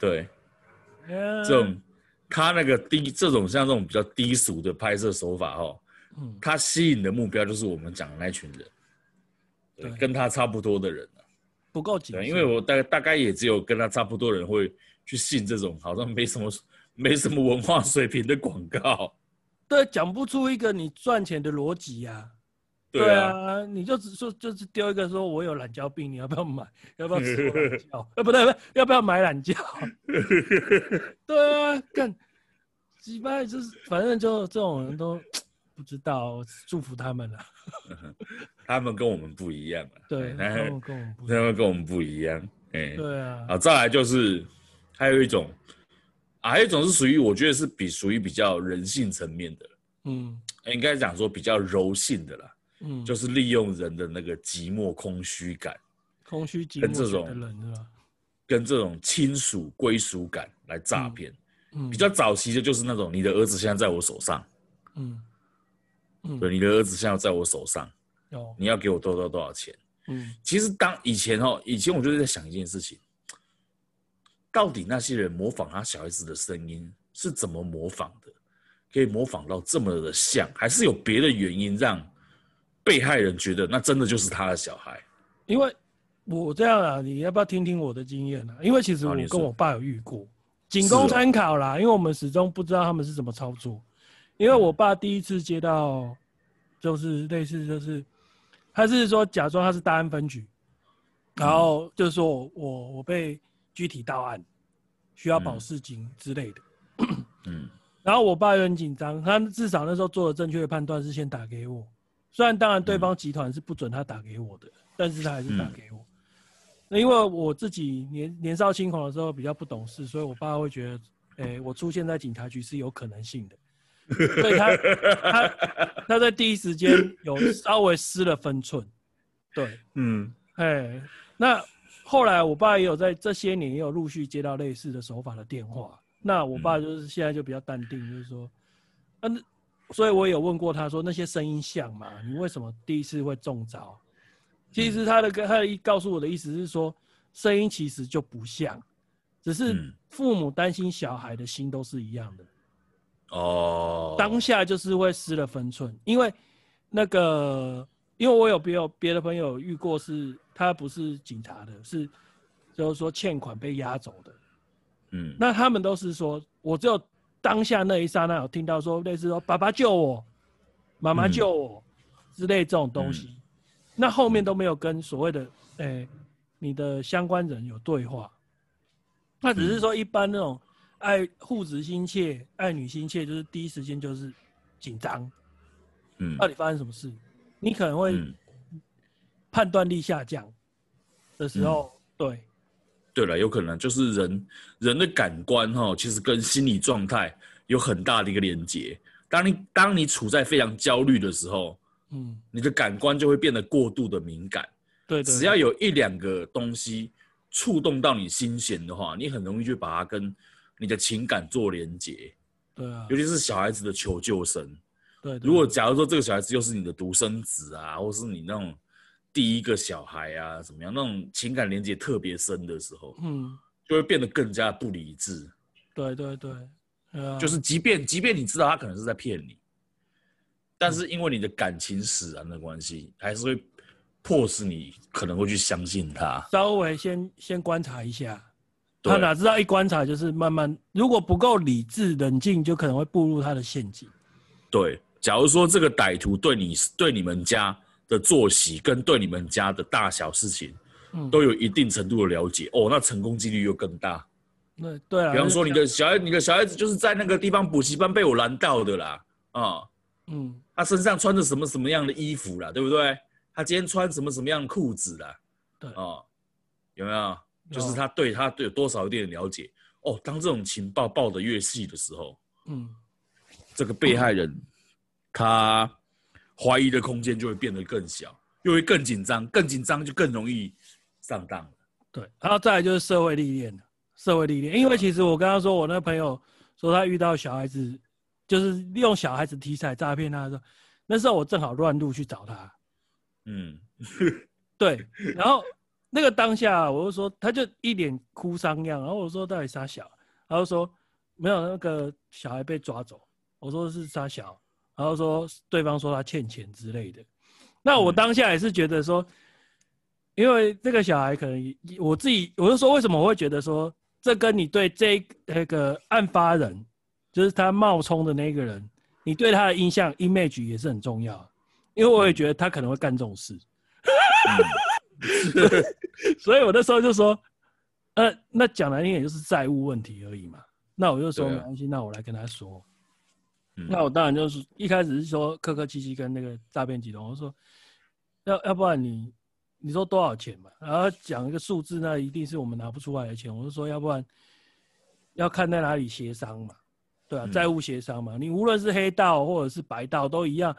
A: 对，
B: 这
A: 这种他那个低这种像这种比较低俗的拍摄手法哦，
B: 嗯
A: 他吸引的目标就是我们讲的那群人，对，
B: 对
A: 跟他差不多的人、啊、
B: 不够紧
A: 对，
B: 致，
A: 因为我大概大概也只有跟他差不多的人会去信这种好像没什么 (laughs) 没什么文化水平的广告，
B: 对讲不出一个你赚钱的逻辑呀、啊。
A: 对啊，
B: 啊，你就只说就是丢一个说我有懒觉病，你要不要买？要不要吃我懒觉？呃，不对不对，要不要买懒觉？ (laughs) 对啊，干鸡巴就是反正就这种人都不知道，祝福他们了。
A: 他们跟我们不一样啊，
B: 对，
A: 哎
B: 他们跟我们不一
A: (laughs) 他
B: 样。
A: 们跟我们不一样，哎、
B: 对啊，
A: 啊，再来就是还有一种，啊，还有一种是属于我觉得是比属于比较人性层面的，
B: 嗯
A: 呃应该讲说比较柔性的啦，
B: 嗯，
A: 就是利用人的那个寂寞空虚感，
B: 空虚寂
A: 跟这
B: 寞
A: 种
B: 的人是吧？
A: 跟这种亲属归属感来诈骗。
B: 嗯，
A: 比较早期的就是那种你的儿子现在在我手上，
B: 嗯嗯
A: 对，你的儿子现在在我手上，
B: 有
A: 你要给我多多多少钱？
B: 嗯
A: 其实当以前哦，以前我就是在想一件事情，到底那些人模仿他小孩子的声音是怎么模仿的？可以模仿到这么的像，还是有别的原因让被害人觉得那真的就是他的小孩？
B: 因为我这样啊，你要不要听听我的经验啊？因为其实
A: 好
B: 我
A: 哦你
B: 跟
A: 说
B: 我爸有遇过，仅
A: 是
B: 供
A: 哦
B: 参考啦，因为我们始终不知道他们是怎么操作。因为我爸第一次接到，就是类似就是，他是说假装他是大安分局，然后就是说我我我被具体到案，需要保
A: 嗯
B: 释金之类的。
A: 嗯，
B: (clears throat) 然后我爸也很紧张，他至少那时候做的正确的判断是先打给我，虽然当然
A: 嗯
B: 对方集团是不准他打给我的，但是他还是打给我。那因为我自己年年少轻狂的时候比较不懂事，所以我爸会觉得，诶、我出现在警察局是有可能性的，所以他他他在第一时间有稍微失了分寸，对，
A: 嗯，
B: 哎，那后来我爸也有在这些年也有陆续接到类似的手法的电话。那我爸就是现在就比较淡定，就是说，嗯、那所以我有问过他说那些声音像嘛，你为什么第一次会中招？其实他的他的告诉我的意思是说，声音其实就不像，只是
A: 嗯
B: 父母担心小孩的心都是一样的。
A: 哦，
B: 当下就是会失了分寸，因为那个，因为我有别有别的朋友遇过是，他不是警察的，是就是说欠款被押走的，
A: 嗯，
B: 那他们都是说，我只有当下那一刹那有听到说类似说爸爸救我，妈妈
A: 嗯
B: 救我、之类这种东西，那后面都没有跟所谓的诶、你的相关人有对话，那只是说一般那种爱护子心切、爱女心切，就是第一时间就是紧张，
A: 嗯
B: 到底发生什么事，你可能会
A: 嗯，
B: 判断力下降的时
A: 嗯
B: 候，对，
A: 对了，有可能就是人人的感官哈、哦，其实跟心理状态有很大的一个连接。当你当你处在非常焦虑的时候，
B: 嗯，
A: 你的感官就会变得过度的敏感。
B: 对对，
A: 只要有一两个东西触动到你心弦的话，你很容易就把它跟你的情感做连结，
B: 对啊
A: 尤，其是小孩子的求救声。
B: 对，对
A: 如果假如说这个小孩子又是你的独生子啊，或是你那种第一个小孩啊，怎么样，那种情感连接特别深的时候，
B: 嗯。
A: 就会变得更加不理智。
B: 对对对，呃，
A: 就是即便即便你知道他可能是在骗你，但是因为你的感情使然的关系，还是会迫使你可能会去相信他。
B: 稍微先先观察一下，
A: 对
B: 他哪知道一观察就是慢慢，如果不够理智冷静，就可能会步入他的陷阱。
A: 对，假如说这个歹徒对你对你们家的作息跟对你们家的大小事情
B: 嗯，
A: 都有一定程度的了解，哦，那成功几率又更大。
B: 那对啊，
A: 比方
B: 那
A: 说，你
B: 像
A: 的小孩，你的小孩子就是在那个地方补习班被我拦到的啦，啊、
B: 嗯
A: 他身上穿着什么什么样的衣服啦，对不对？他今天穿什么什么样的裤子啦？
B: 对
A: 哦，有没有？就是
B: 有
A: 他对他对有多少有点了解哦。当这种情报报的越细的时候，
B: 嗯，
A: 这个被害人他怀疑的空间就会变得更小，又会更紧张，更紧张就更容易上当了。
B: 对，然后再来就是社会历练了，社会历练，
A: 啊
B: 因为其实我刚刚说我那朋友说他遇到小孩子，就是利用小孩子题材诈骗他的时候，那时候我正好乱入去找他，
A: 嗯，
B: 对，然后那个当下我就说，他就一脸哭丧样，然后我说到底啥小，他就说没有那个小孩被抓走，我说是啥小，然后说对方说他欠钱之类的，那我
A: 嗯
B: 当下也是觉得说，因为这个小孩可能我自己我就说为什么我会觉得说这跟你对这那个案发人，就是他冒充的那个人，你对他的印象 image 也是很重要，因为我也觉得他可能会干这种事。
A: 嗯
B: (laughs) 所以我那时候就说，呃，那讲难听点就是债务问题而已嘛。那我就说
A: 对
B: 没
A: 啊
B: 关系，那我来跟他说。
A: 嗯
B: 那我当然就是一开始是说客客气气跟那个诈骗集团，我说要要不然你你说多少钱嘛，然后讲一个数字，那一定是我们拿不出来的钱。我就说要不然要看在哪里协商嘛，对啊，
A: 嗯
B: 债务协商嘛，你无论是黑道或者是白道都一样，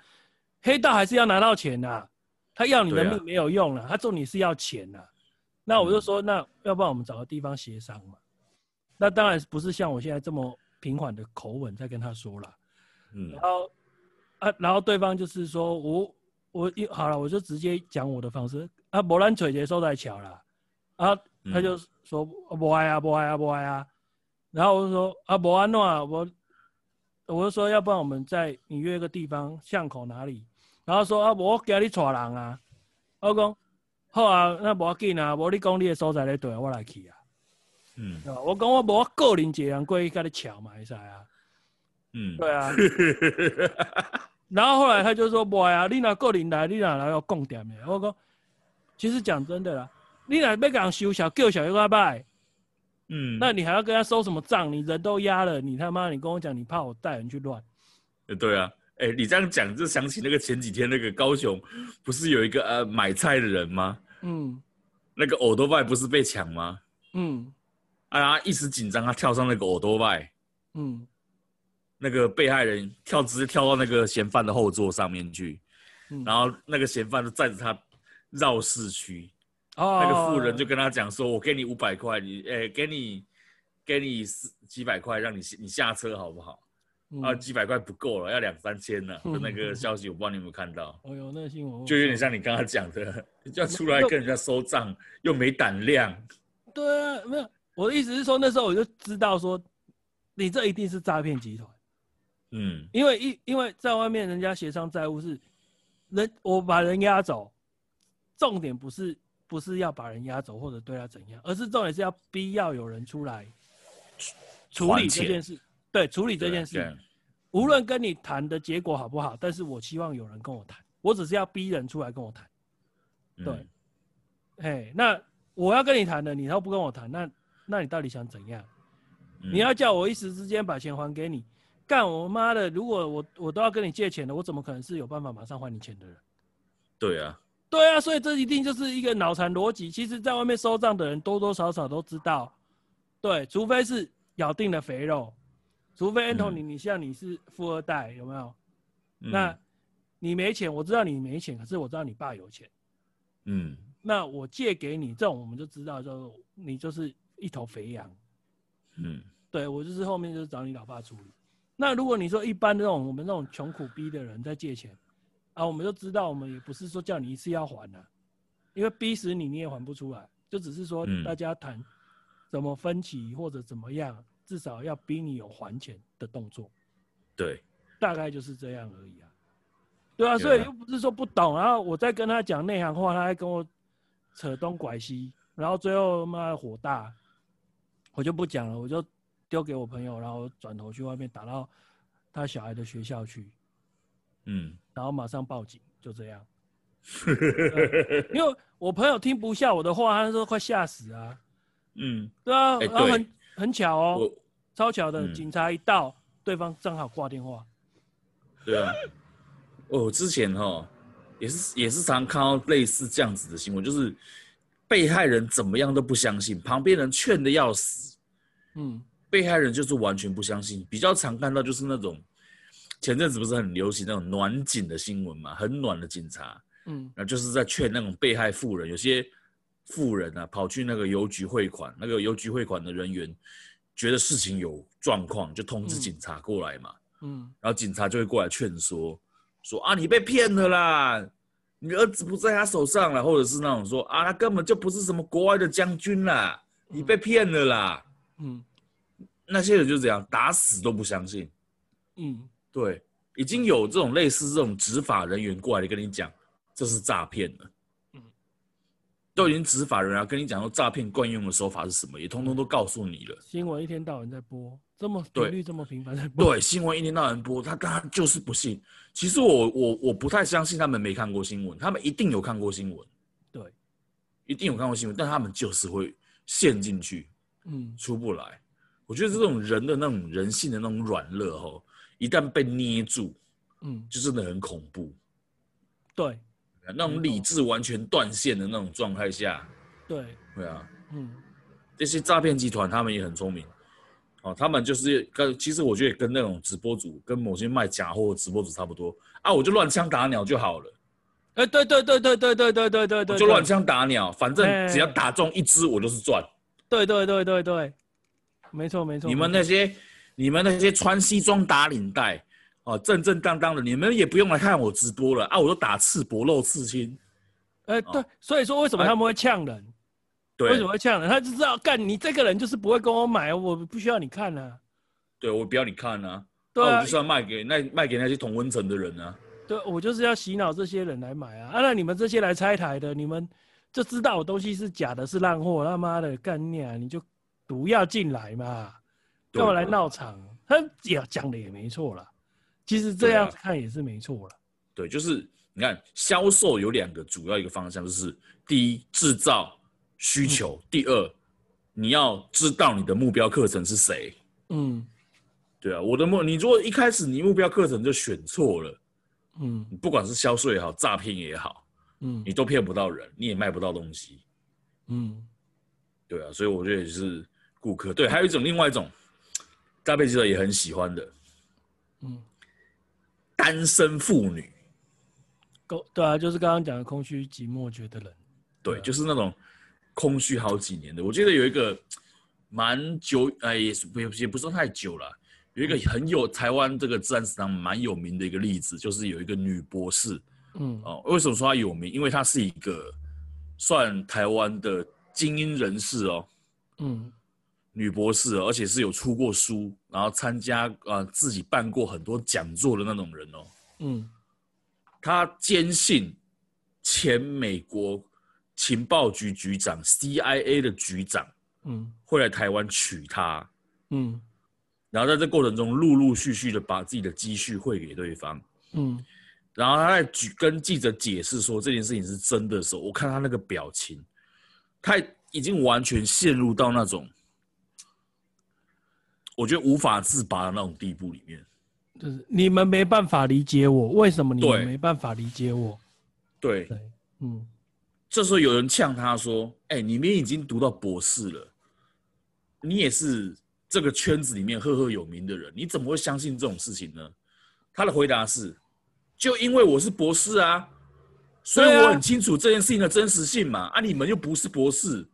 B: 黑道还是要拿到钱呐、他要你的
A: 对啊嗯
B: 命没有用了、他重点是要钱呐、那我就说，那要不然我们找个地方协商嘛。那当然不是像我现在这么平缓的口吻在跟他说啦。
A: 嗯
B: 然后啊，然后对方就是说我我一好了，我就直接讲我的方式啊，博兰腿节收在桥啦，啊，
A: 嗯
B: 他就说不爱啊不爱啊不爱啊，然后我就说啊不安诺啊我，我就说要不然我们在你约个地方巷口哪里，然后说啊我给你带人啊，我讲好啊，那无要紧啊，无你讲你的所在咧对，我来去啊，
A: 嗯
B: 对吧我讲我无个人一个人过去甲你桥嘛，会使啊，
A: 嗯，
B: 对啊。然后后来他就说：“不啊，你若个人来，你若来要供点的。”我讲，其实讲真的啦，你若要给人收小叫小一个拜， (laughs)
A: 嗯，
B: 那你还要跟他收什么账？你人都压了，你他妈你跟我讲，你怕我带人去乱？
A: 呃对啊，哎、你这样讲就想起那个前几天那个高雄，不是有一个呃买菜的人吗？
B: 嗯
A: 那个 o l d b y 不是被抢吗？
B: 嗯
A: 啊，他一时紧张，他跳上那个 o l d b y
B: 嗯
A: 那个被害人跳直接跳到那个嫌犯的后座上面去，
B: 嗯，
A: 然后那个嫌犯就载着他绕市区，
B: 哦
A: 那个富人就跟他讲说：“我给你五百块，你诶、给你给你四几百块，让你你下车好不好？”啊，
B: 嗯，
A: 几百块不够了，要两三千呢、
B: 嗯
A: 就那个消息我不知道你有没有看到，
B: 哦呦，那个新闻我
A: 就有点像你刚刚讲的，要出来跟人家收账，又没胆量。
B: 对啊，没有我的意思是说，那时候我就知道说，你这一定是诈骗集团。
A: 嗯
B: 因为一因为在外面人家协商债务是人，我把人押走，重点不是不是要把人押走或者对他怎样，而是重点是要逼要有人出来处理
A: 还
B: 这
A: 钱
B: 件事，对，处理这件
A: 对啊
B: 事。无论跟你谈的结果好不好，但是我希望有人跟我谈，我只是要逼人出来跟我谈。
A: 对
B: 对哎，那我要跟你谈的，你都不跟我谈，那那你到底想怎样？
A: 嗯
B: 你要叫我一时之间把钱还给你，干我妈的！如果我我都要跟你借钱了，我怎么可能是有办法马上还你钱的人？
A: 对啊，
B: 对啊，所以这一定就是一个脑残逻辑。其实，在外面收账的人多多少少都知道，对，除非是咬定了肥肉，除非 Anthony，、你像你是富二代，有没有？
A: 嗯
B: 那你没钱，我知道你没钱，可是我知道你爸有钱，
A: 嗯
B: 那我借给你，这种我们就知道，就你就是一头肥羊。
A: 嗯
B: 对我就是后面就是找你老爸处理。那如果你说一般这种我们这种穷苦逼的人在借钱啊，我们就知道我们也不是说叫你一次要还啊，因为逼死你你也还不出来，就只是说
A: 嗯
B: 大家谈怎么分歧或者怎么样，至少要逼你有还钱的动作，
A: 对，
B: 大概就是这样而已啊。对
A: 对啊
B: 啊，所以又不是说不懂，然后我在跟他讲内行话，他还跟我扯东拐西，然后最后妈的火大，我就不讲了，我就丢给我朋友，然后转头去外面打到他小孩的学校去，
A: 嗯，
B: 然后马上报警，就这
A: (laughs)
B: 样。因为我朋友听不下我的话，他说快吓死啊，
A: 嗯，
B: 对啊，
A: 哎
B: 然后
A: 对
B: 很很巧哦，
A: 我
B: 超巧的，
A: 嗯
B: 警察一到，对方正好挂电话，
A: 对啊，哦，之前哈、也是也是常看到类似这样子的新闻，就是被害人怎么样都不相信，旁边人劝的要死，
B: 嗯
A: 被害人就是完全不相信。比较常看到就是那种前阵子不是很流行那种暖警的新闻嘛，很暖的警察，
B: 嗯
A: 那就是在劝那种被害富人，有些富人啊跑去那个邮局汇款，那个邮局汇款的人员觉得事情有状况，就通知
B: 嗯
A: 警察过来嘛，
B: 嗯
A: 然后警察就会过来劝说，说啊你被骗了啦，你儿子不在他手上了，或者是那种说啊他根本就不是什么国外的将军啦，你被骗了啦，
B: 嗯
A: 那些人就这样打死都不相信，
B: 嗯，
A: 对，已经有这种类似这种执法人员过来跟你讲，这是诈骗了。
B: 嗯
A: 都已经执法人员、啊、跟你讲说诈骗惯用的手法是什么，也通通都告诉你了。
B: 新闻一天到晚在播，这么
A: 对
B: 频率这么频繁在播，
A: 对，新闻一天到晚播，他他就是不信。其实我我我不太相信他们没看过新闻，他们一定有看过新闻，
B: 对，
A: 一定有看过新闻，但他们就是会陷进去。
B: 嗯
A: 出不来。我觉得这种人的那种人性的那种软弱哦，一旦被捏住，
B: 嗯，
A: 就真的很恐怖。
B: 对
A: 那种理智完全断线的那种状态下，
B: 对，
A: 对啊，
B: 嗯
A: 这些诈骗集团他们也很聪明，哦，他们就是跟其实我觉得跟那种直播主跟某些卖假货的直播主差不多啊，我就乱枪打鸟就好了，
B: 哎、对对对对对对对对对
A: 我
B: 对，
A: 就乱枪打鸟，反正
B: 哎
A: 只要打中一只我就是赚。
B: 对，对对对对对，没错没错。
A: 你们
B: 没错
A: 那些你们那些穿西装打领带哦，正正当当的，你们也不用来看我直播了啊，我都打赤膊露刺青，
B: 哎、对，所以说为什么他们会呛人？为
A: 对
B: 什么会呛人？他就知道干你这个人就是不会跟我买，我不需要你看啊。
A: 对，我不要你看啊，
B: 对
A: 那
B: 啊
A: 我就是要卖给那卖给那些同温层的人啊，
B: 对我就是要洗脑这些人来买啊！啊，那你们这些来拆台的，你们就知道我东西是假的，是烂货，他妈的干你啊！你就不要进来嘛，
A: 对
B: 干嘛来闹场？他也讲的也没错啦，其实这样
A: 对啊
B: 看也是没错啦。
A: 对，就是你看销售有两个主要一个方向，就是第一制造需求，第二你要知道你的目标课程是谁，
B: 嗯
A: 对啊，我的目你如果一开始你目标课程就选错了，
B: 嗯
A: 你不管是销售也好，诈骗也好。
B: 嗯
A: 你都骗不到人，你也卖不到东西，
B: 嗯
A: 对啊，所以我觉得也是顾客。对，还有一种另外一种，大贝记者也很喜欢的
B: 嗯，
A: 单身妇女，
B: 够对啊，就是刚刚讲的空虚寂寞觉得冷。
A: 对，就是那种空虚好几年的。我记得有一个蛮久，哎，也是不也不算太久了，有一个很有台湾这个自然史上蛮有名的一个例子，就是有一个女博士
B: 嗯
A: 哦。为什么说她有名？因为她是一个算台湾的精英人士哦，
B: 嗯
A: 女博士哦，而且是有出过书，然后参加呃自己办过很多讲座的那种人哦。
B: 嗯
A: 她坚信前美国情报局局长 CIA 的局长
B: 嗯
A: 会来台湾娶她，
B: 嗯
A: 然后在这过程中陆陆续续的把自己的积蓄汇给对方。
B: 嗯
A: 然后他在举跟记者解释说这件事情是真的时候，我看他那个表情，他已经完全陷入到那种我觉得无法自拔的那种地步里面。
B: 就是你们没办法理解我，为什么你们
A: 对
B: 没办法理解我？
A: 对，
B: 对，嗯。
A: 这时候有人呛他说：“哎、你们已经读到博士了，你也是这个圈子里面赫赫有名的人，你怎么会相信这种事情呢？”他的回答是：“就因为我是博士啊，所以
B: 对啊
A: 我很清楚这件事情的真实性嘛。啊，你们又不是博士，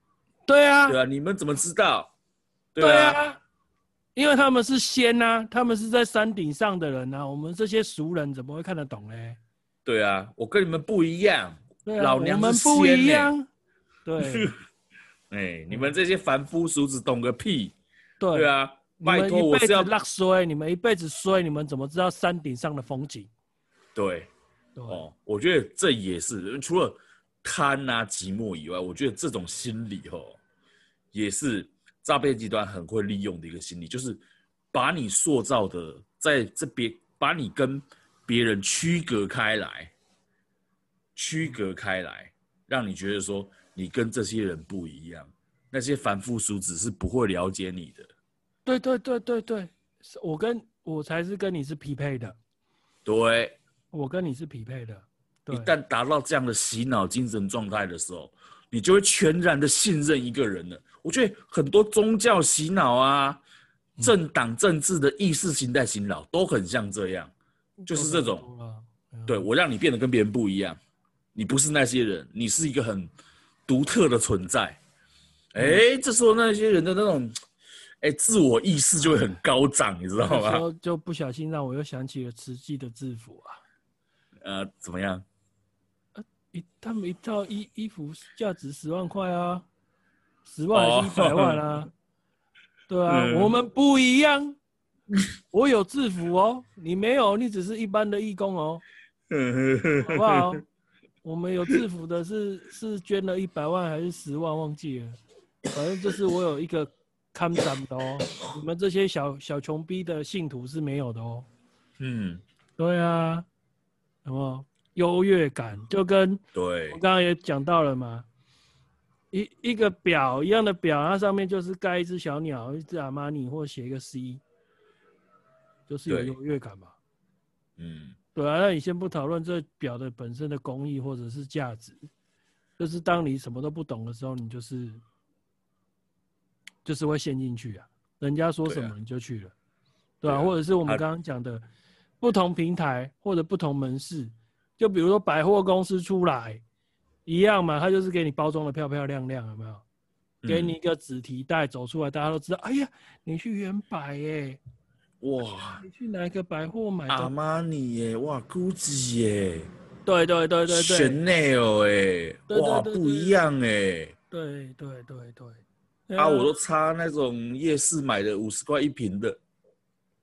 B: 对啊，
A: 对啊，你们怎么知道？
B: 对
A: 啊，
B: 啊，因为他们是仙呐、他们是在山顶上的人呐、啊我们这些俗人怎么会看得懂呢？
A: 对啊，我跟你们不一样，
B: 对啊，
A: 老娘
B: 我们
A: 是
B: 不
A: 仙
B: 一
A: 欸
B: 样。
A: (laughs)
B: 对
A: 哎、你们这些凡夫俗子懂个屁，
B: 对
A: 对，啊，
B: 你
A: 拜
B: 们
A: 托，我
B: 一辈
A: 是
B: 子
A: 要
B: 落衰，你们一辈子衰，你们怎么知道山顶上的风景？
A: 对。”
B: 对，
A: 哦，我觉得这也是除了贪啊、寂寞以外，我觉得这种心理哦，也是诈骗集团很会利用的一个心理，就是把你塑造的在这边，把你跟别人区隔开来，区隔开来，让你觉得说你跟这些人不一样，那些凡夫俗子是不会了解你的。
B: 对对对对对，是我跟我才是跟你是匹配的。
A: 对，
B: 我跟你是匹配的。对
A: 一，旦达到这样的洗脑精神状态的时候，你就会全然的信任一个人了。我觉得很多宗教洗脑啊、
B: 嗯
A: 政党政治的意识形态洗脑都很像这样，就是这种，
B: 啊。嗯
A: 对我让你变得跟别人不一样，你不是那些人，你是一个很独特的存在。哎、
B: 嗯
A: 这时候那些人的那种，哎，自我意识就会很高涨，你知道
B: 那时
A: 吗？
B: 候就不小心让我又想起了慈济的制服啊，
A: 呃，怎么样？
B: 一他们一套衣衣服价值十万块啊，十万还是一百万啊？对啊，
A: 嗯
B: 我们不一样，我有制服哦，你没有，你只是一般的义工哦， (laughs) 好不好？我们有制服的是是捐了一百万还是十万忘记了，反正就是我有一个看展的哦，你们这些小小穷逼的信徒是没有的哦。
A: 嗯，
B: 对啊，什么优越感，就跟
A: 对
B: 我，刚刚也讲到了嘛，一一个表一样的表，它上面就是盖一只小鸟，一只阿玛尼，或写一个 C，就是有
A: 对
B: 优越感嘛。
A: 嗯，
B: 对啊，那你先不讨论这表的本身的工艺或者是价值，就是当你什么都不懂的时候，你就是就是会陷进去啊，人家说什
A: 对
B: 么
A: 啊
B: 你就去了，对
A: 对
B: 啊，
A: 啊
B: 或者是我们
A: 啊
B: 刚刚讲的不同平台或者不同门市，就比如说百货公司出来一样嘛，它就是给你包装的漂漂亮亮，有没有？给
A: 嗯
B: 你一个纸提袋，走出来大家都知道，哎呀，你去原百耶，
A: 哇，
B: 你去哪一个百货买
A: 阿
B: 的？
A: 玛尼耶，哇，GUCCI 耶，
B: 对对对对对。
A: ，Chanel 哎，
B: 对
A: 哇，
B: 对对
A: 不一样哎。
B: 对对对对，对
A: 啊，我都差那种夜市买的五十块一瓶的，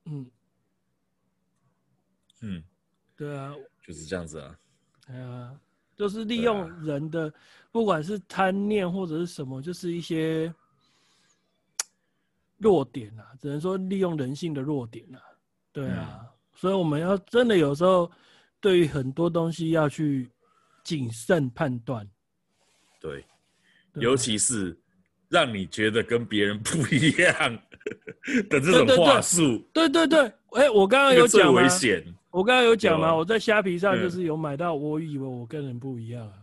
B: 嗯，
A: 嗯，
B: 对啊，
A: 就是这样子啊。
B: 对啊，就是利
A: 对啊
B: 用人的，不管是贪念或者是什么，就是一些弱点啊，只能说利用人性的弱点啊，对啊，
A: 嗯
B: 所以我们要真的有时候对于很多东西要去谨慎判断，
A: 对，
B: 对啊
A: 尤
B: 吧
A: 其是让你觉得跟别人不一样 (laughs) 的这
B: 对对
A: 种
B: 对
A: 话术，
B: 对对对，哎、我刚刚
A: 这
B: 有
A: 个最
B: 讲吗
A: 危？险。
B: 我刚刚有讲
A: 有
B: 吗？
A: 啊
B: 我在虾皮上就
A: 嗯
B: 是有买到，我以为我跟人不一样啊。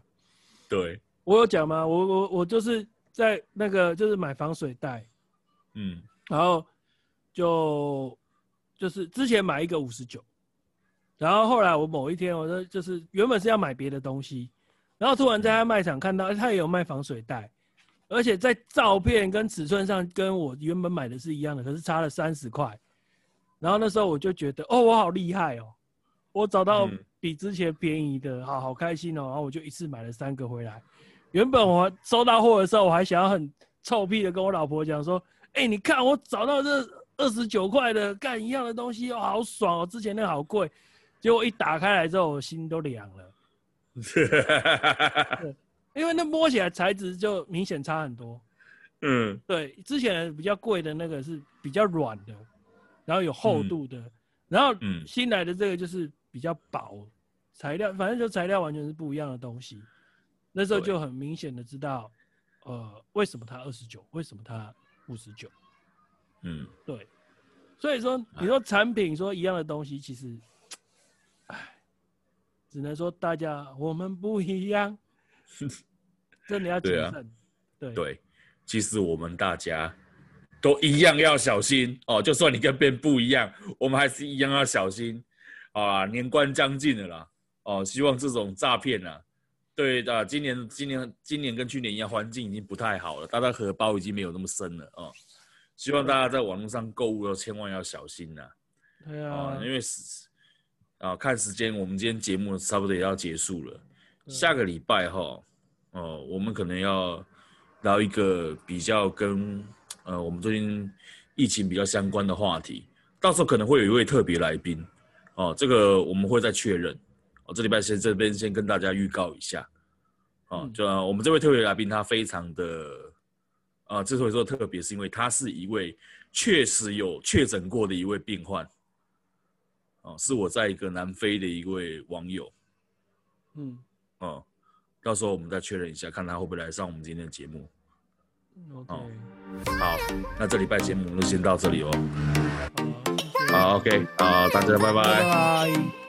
A: 对，
B: 我有讲吗？我我我就是在那个就是买防水袋，
A: 嗯
B: 然后就就是之前买一个五十九，然后后来我某一天我就就是原本是要买别的东西，然后突然在他卖场看到哎他也有卖防水袋，而且在照片跟尺寸上跟我原本买的是一样的，可是差了三十块。然后那时候我就觉得哦，我好厉害哦，我找到
A: 嗯
B: 比之前便宜的，好好开心哦。然后我就一次买了三个回来。原本我收到货的时候，我还想要很臭屁的跟我老婆讲说：“哎、你看我找到这二十九块的干一样的东西，哦，好爽哦！之前那个好贵。”结果一打开来之后，我心都凉了，因为那摸起来材质就明显差很多。
A: (laughs) 嗯，
B: 对，之前比较贵的那个是比较软的，然后有厚度的，然后
A: 嗯
B: 新来的这个就是比较薄，材料反正就材料完全是不一样的东西。那时候
A: 对
B: 就很明显的知道，呃，为什么它二十九，为什么它五十九？
A: 嗯，
B: 对，所以说
A: 哎
B: 你说产品说一样的东西，其实，唉，只能说大家我们不一
A: (laughs)
B: 样，真的要谨
A: 对啊
B: 慎。对
A: 对，其实我们大家都一样要小心哦。就算你跟别人不一样，我们还是一样要小心啊。年关将近了啦，哦，希望这种诈骗啊，对的、啊，今年今年今年跟去年一样，环境已经不太好了，大家荷包已经没有那么深了哦。希望大家在网络上购物都千万要小心呐、
B: 对
A: 啊
B: 啊，
A: 因为时啊，看时间，我们今天节目差不多也要结束了。
B: 对
A: 下个礼拜哈，哦、我们可能要聊一个比较跟呃我们最近疫情比较相关的话题，到时候可能会有一位特别来宾哦，这个我们会再确认。哦，这礼拜先这边先跟大家预告一下，哦，
B: 嗯
A: 就、呃我们这位特别来宾他非常的啊，之所以说特别，是因为他是一位确实有确诊过的一位病患，哦，是我在一个南非的一位网友，
B: 嗯。
A: 哦，到时候我们再确认一下，看他会不会来上我们今天的节目。
B: OK，
A: 哦好，那这礼拜节目我们就先到这里哦。
B: 好，谢谢
A: 好，OK，好，大家拜拜
B: 拜拜。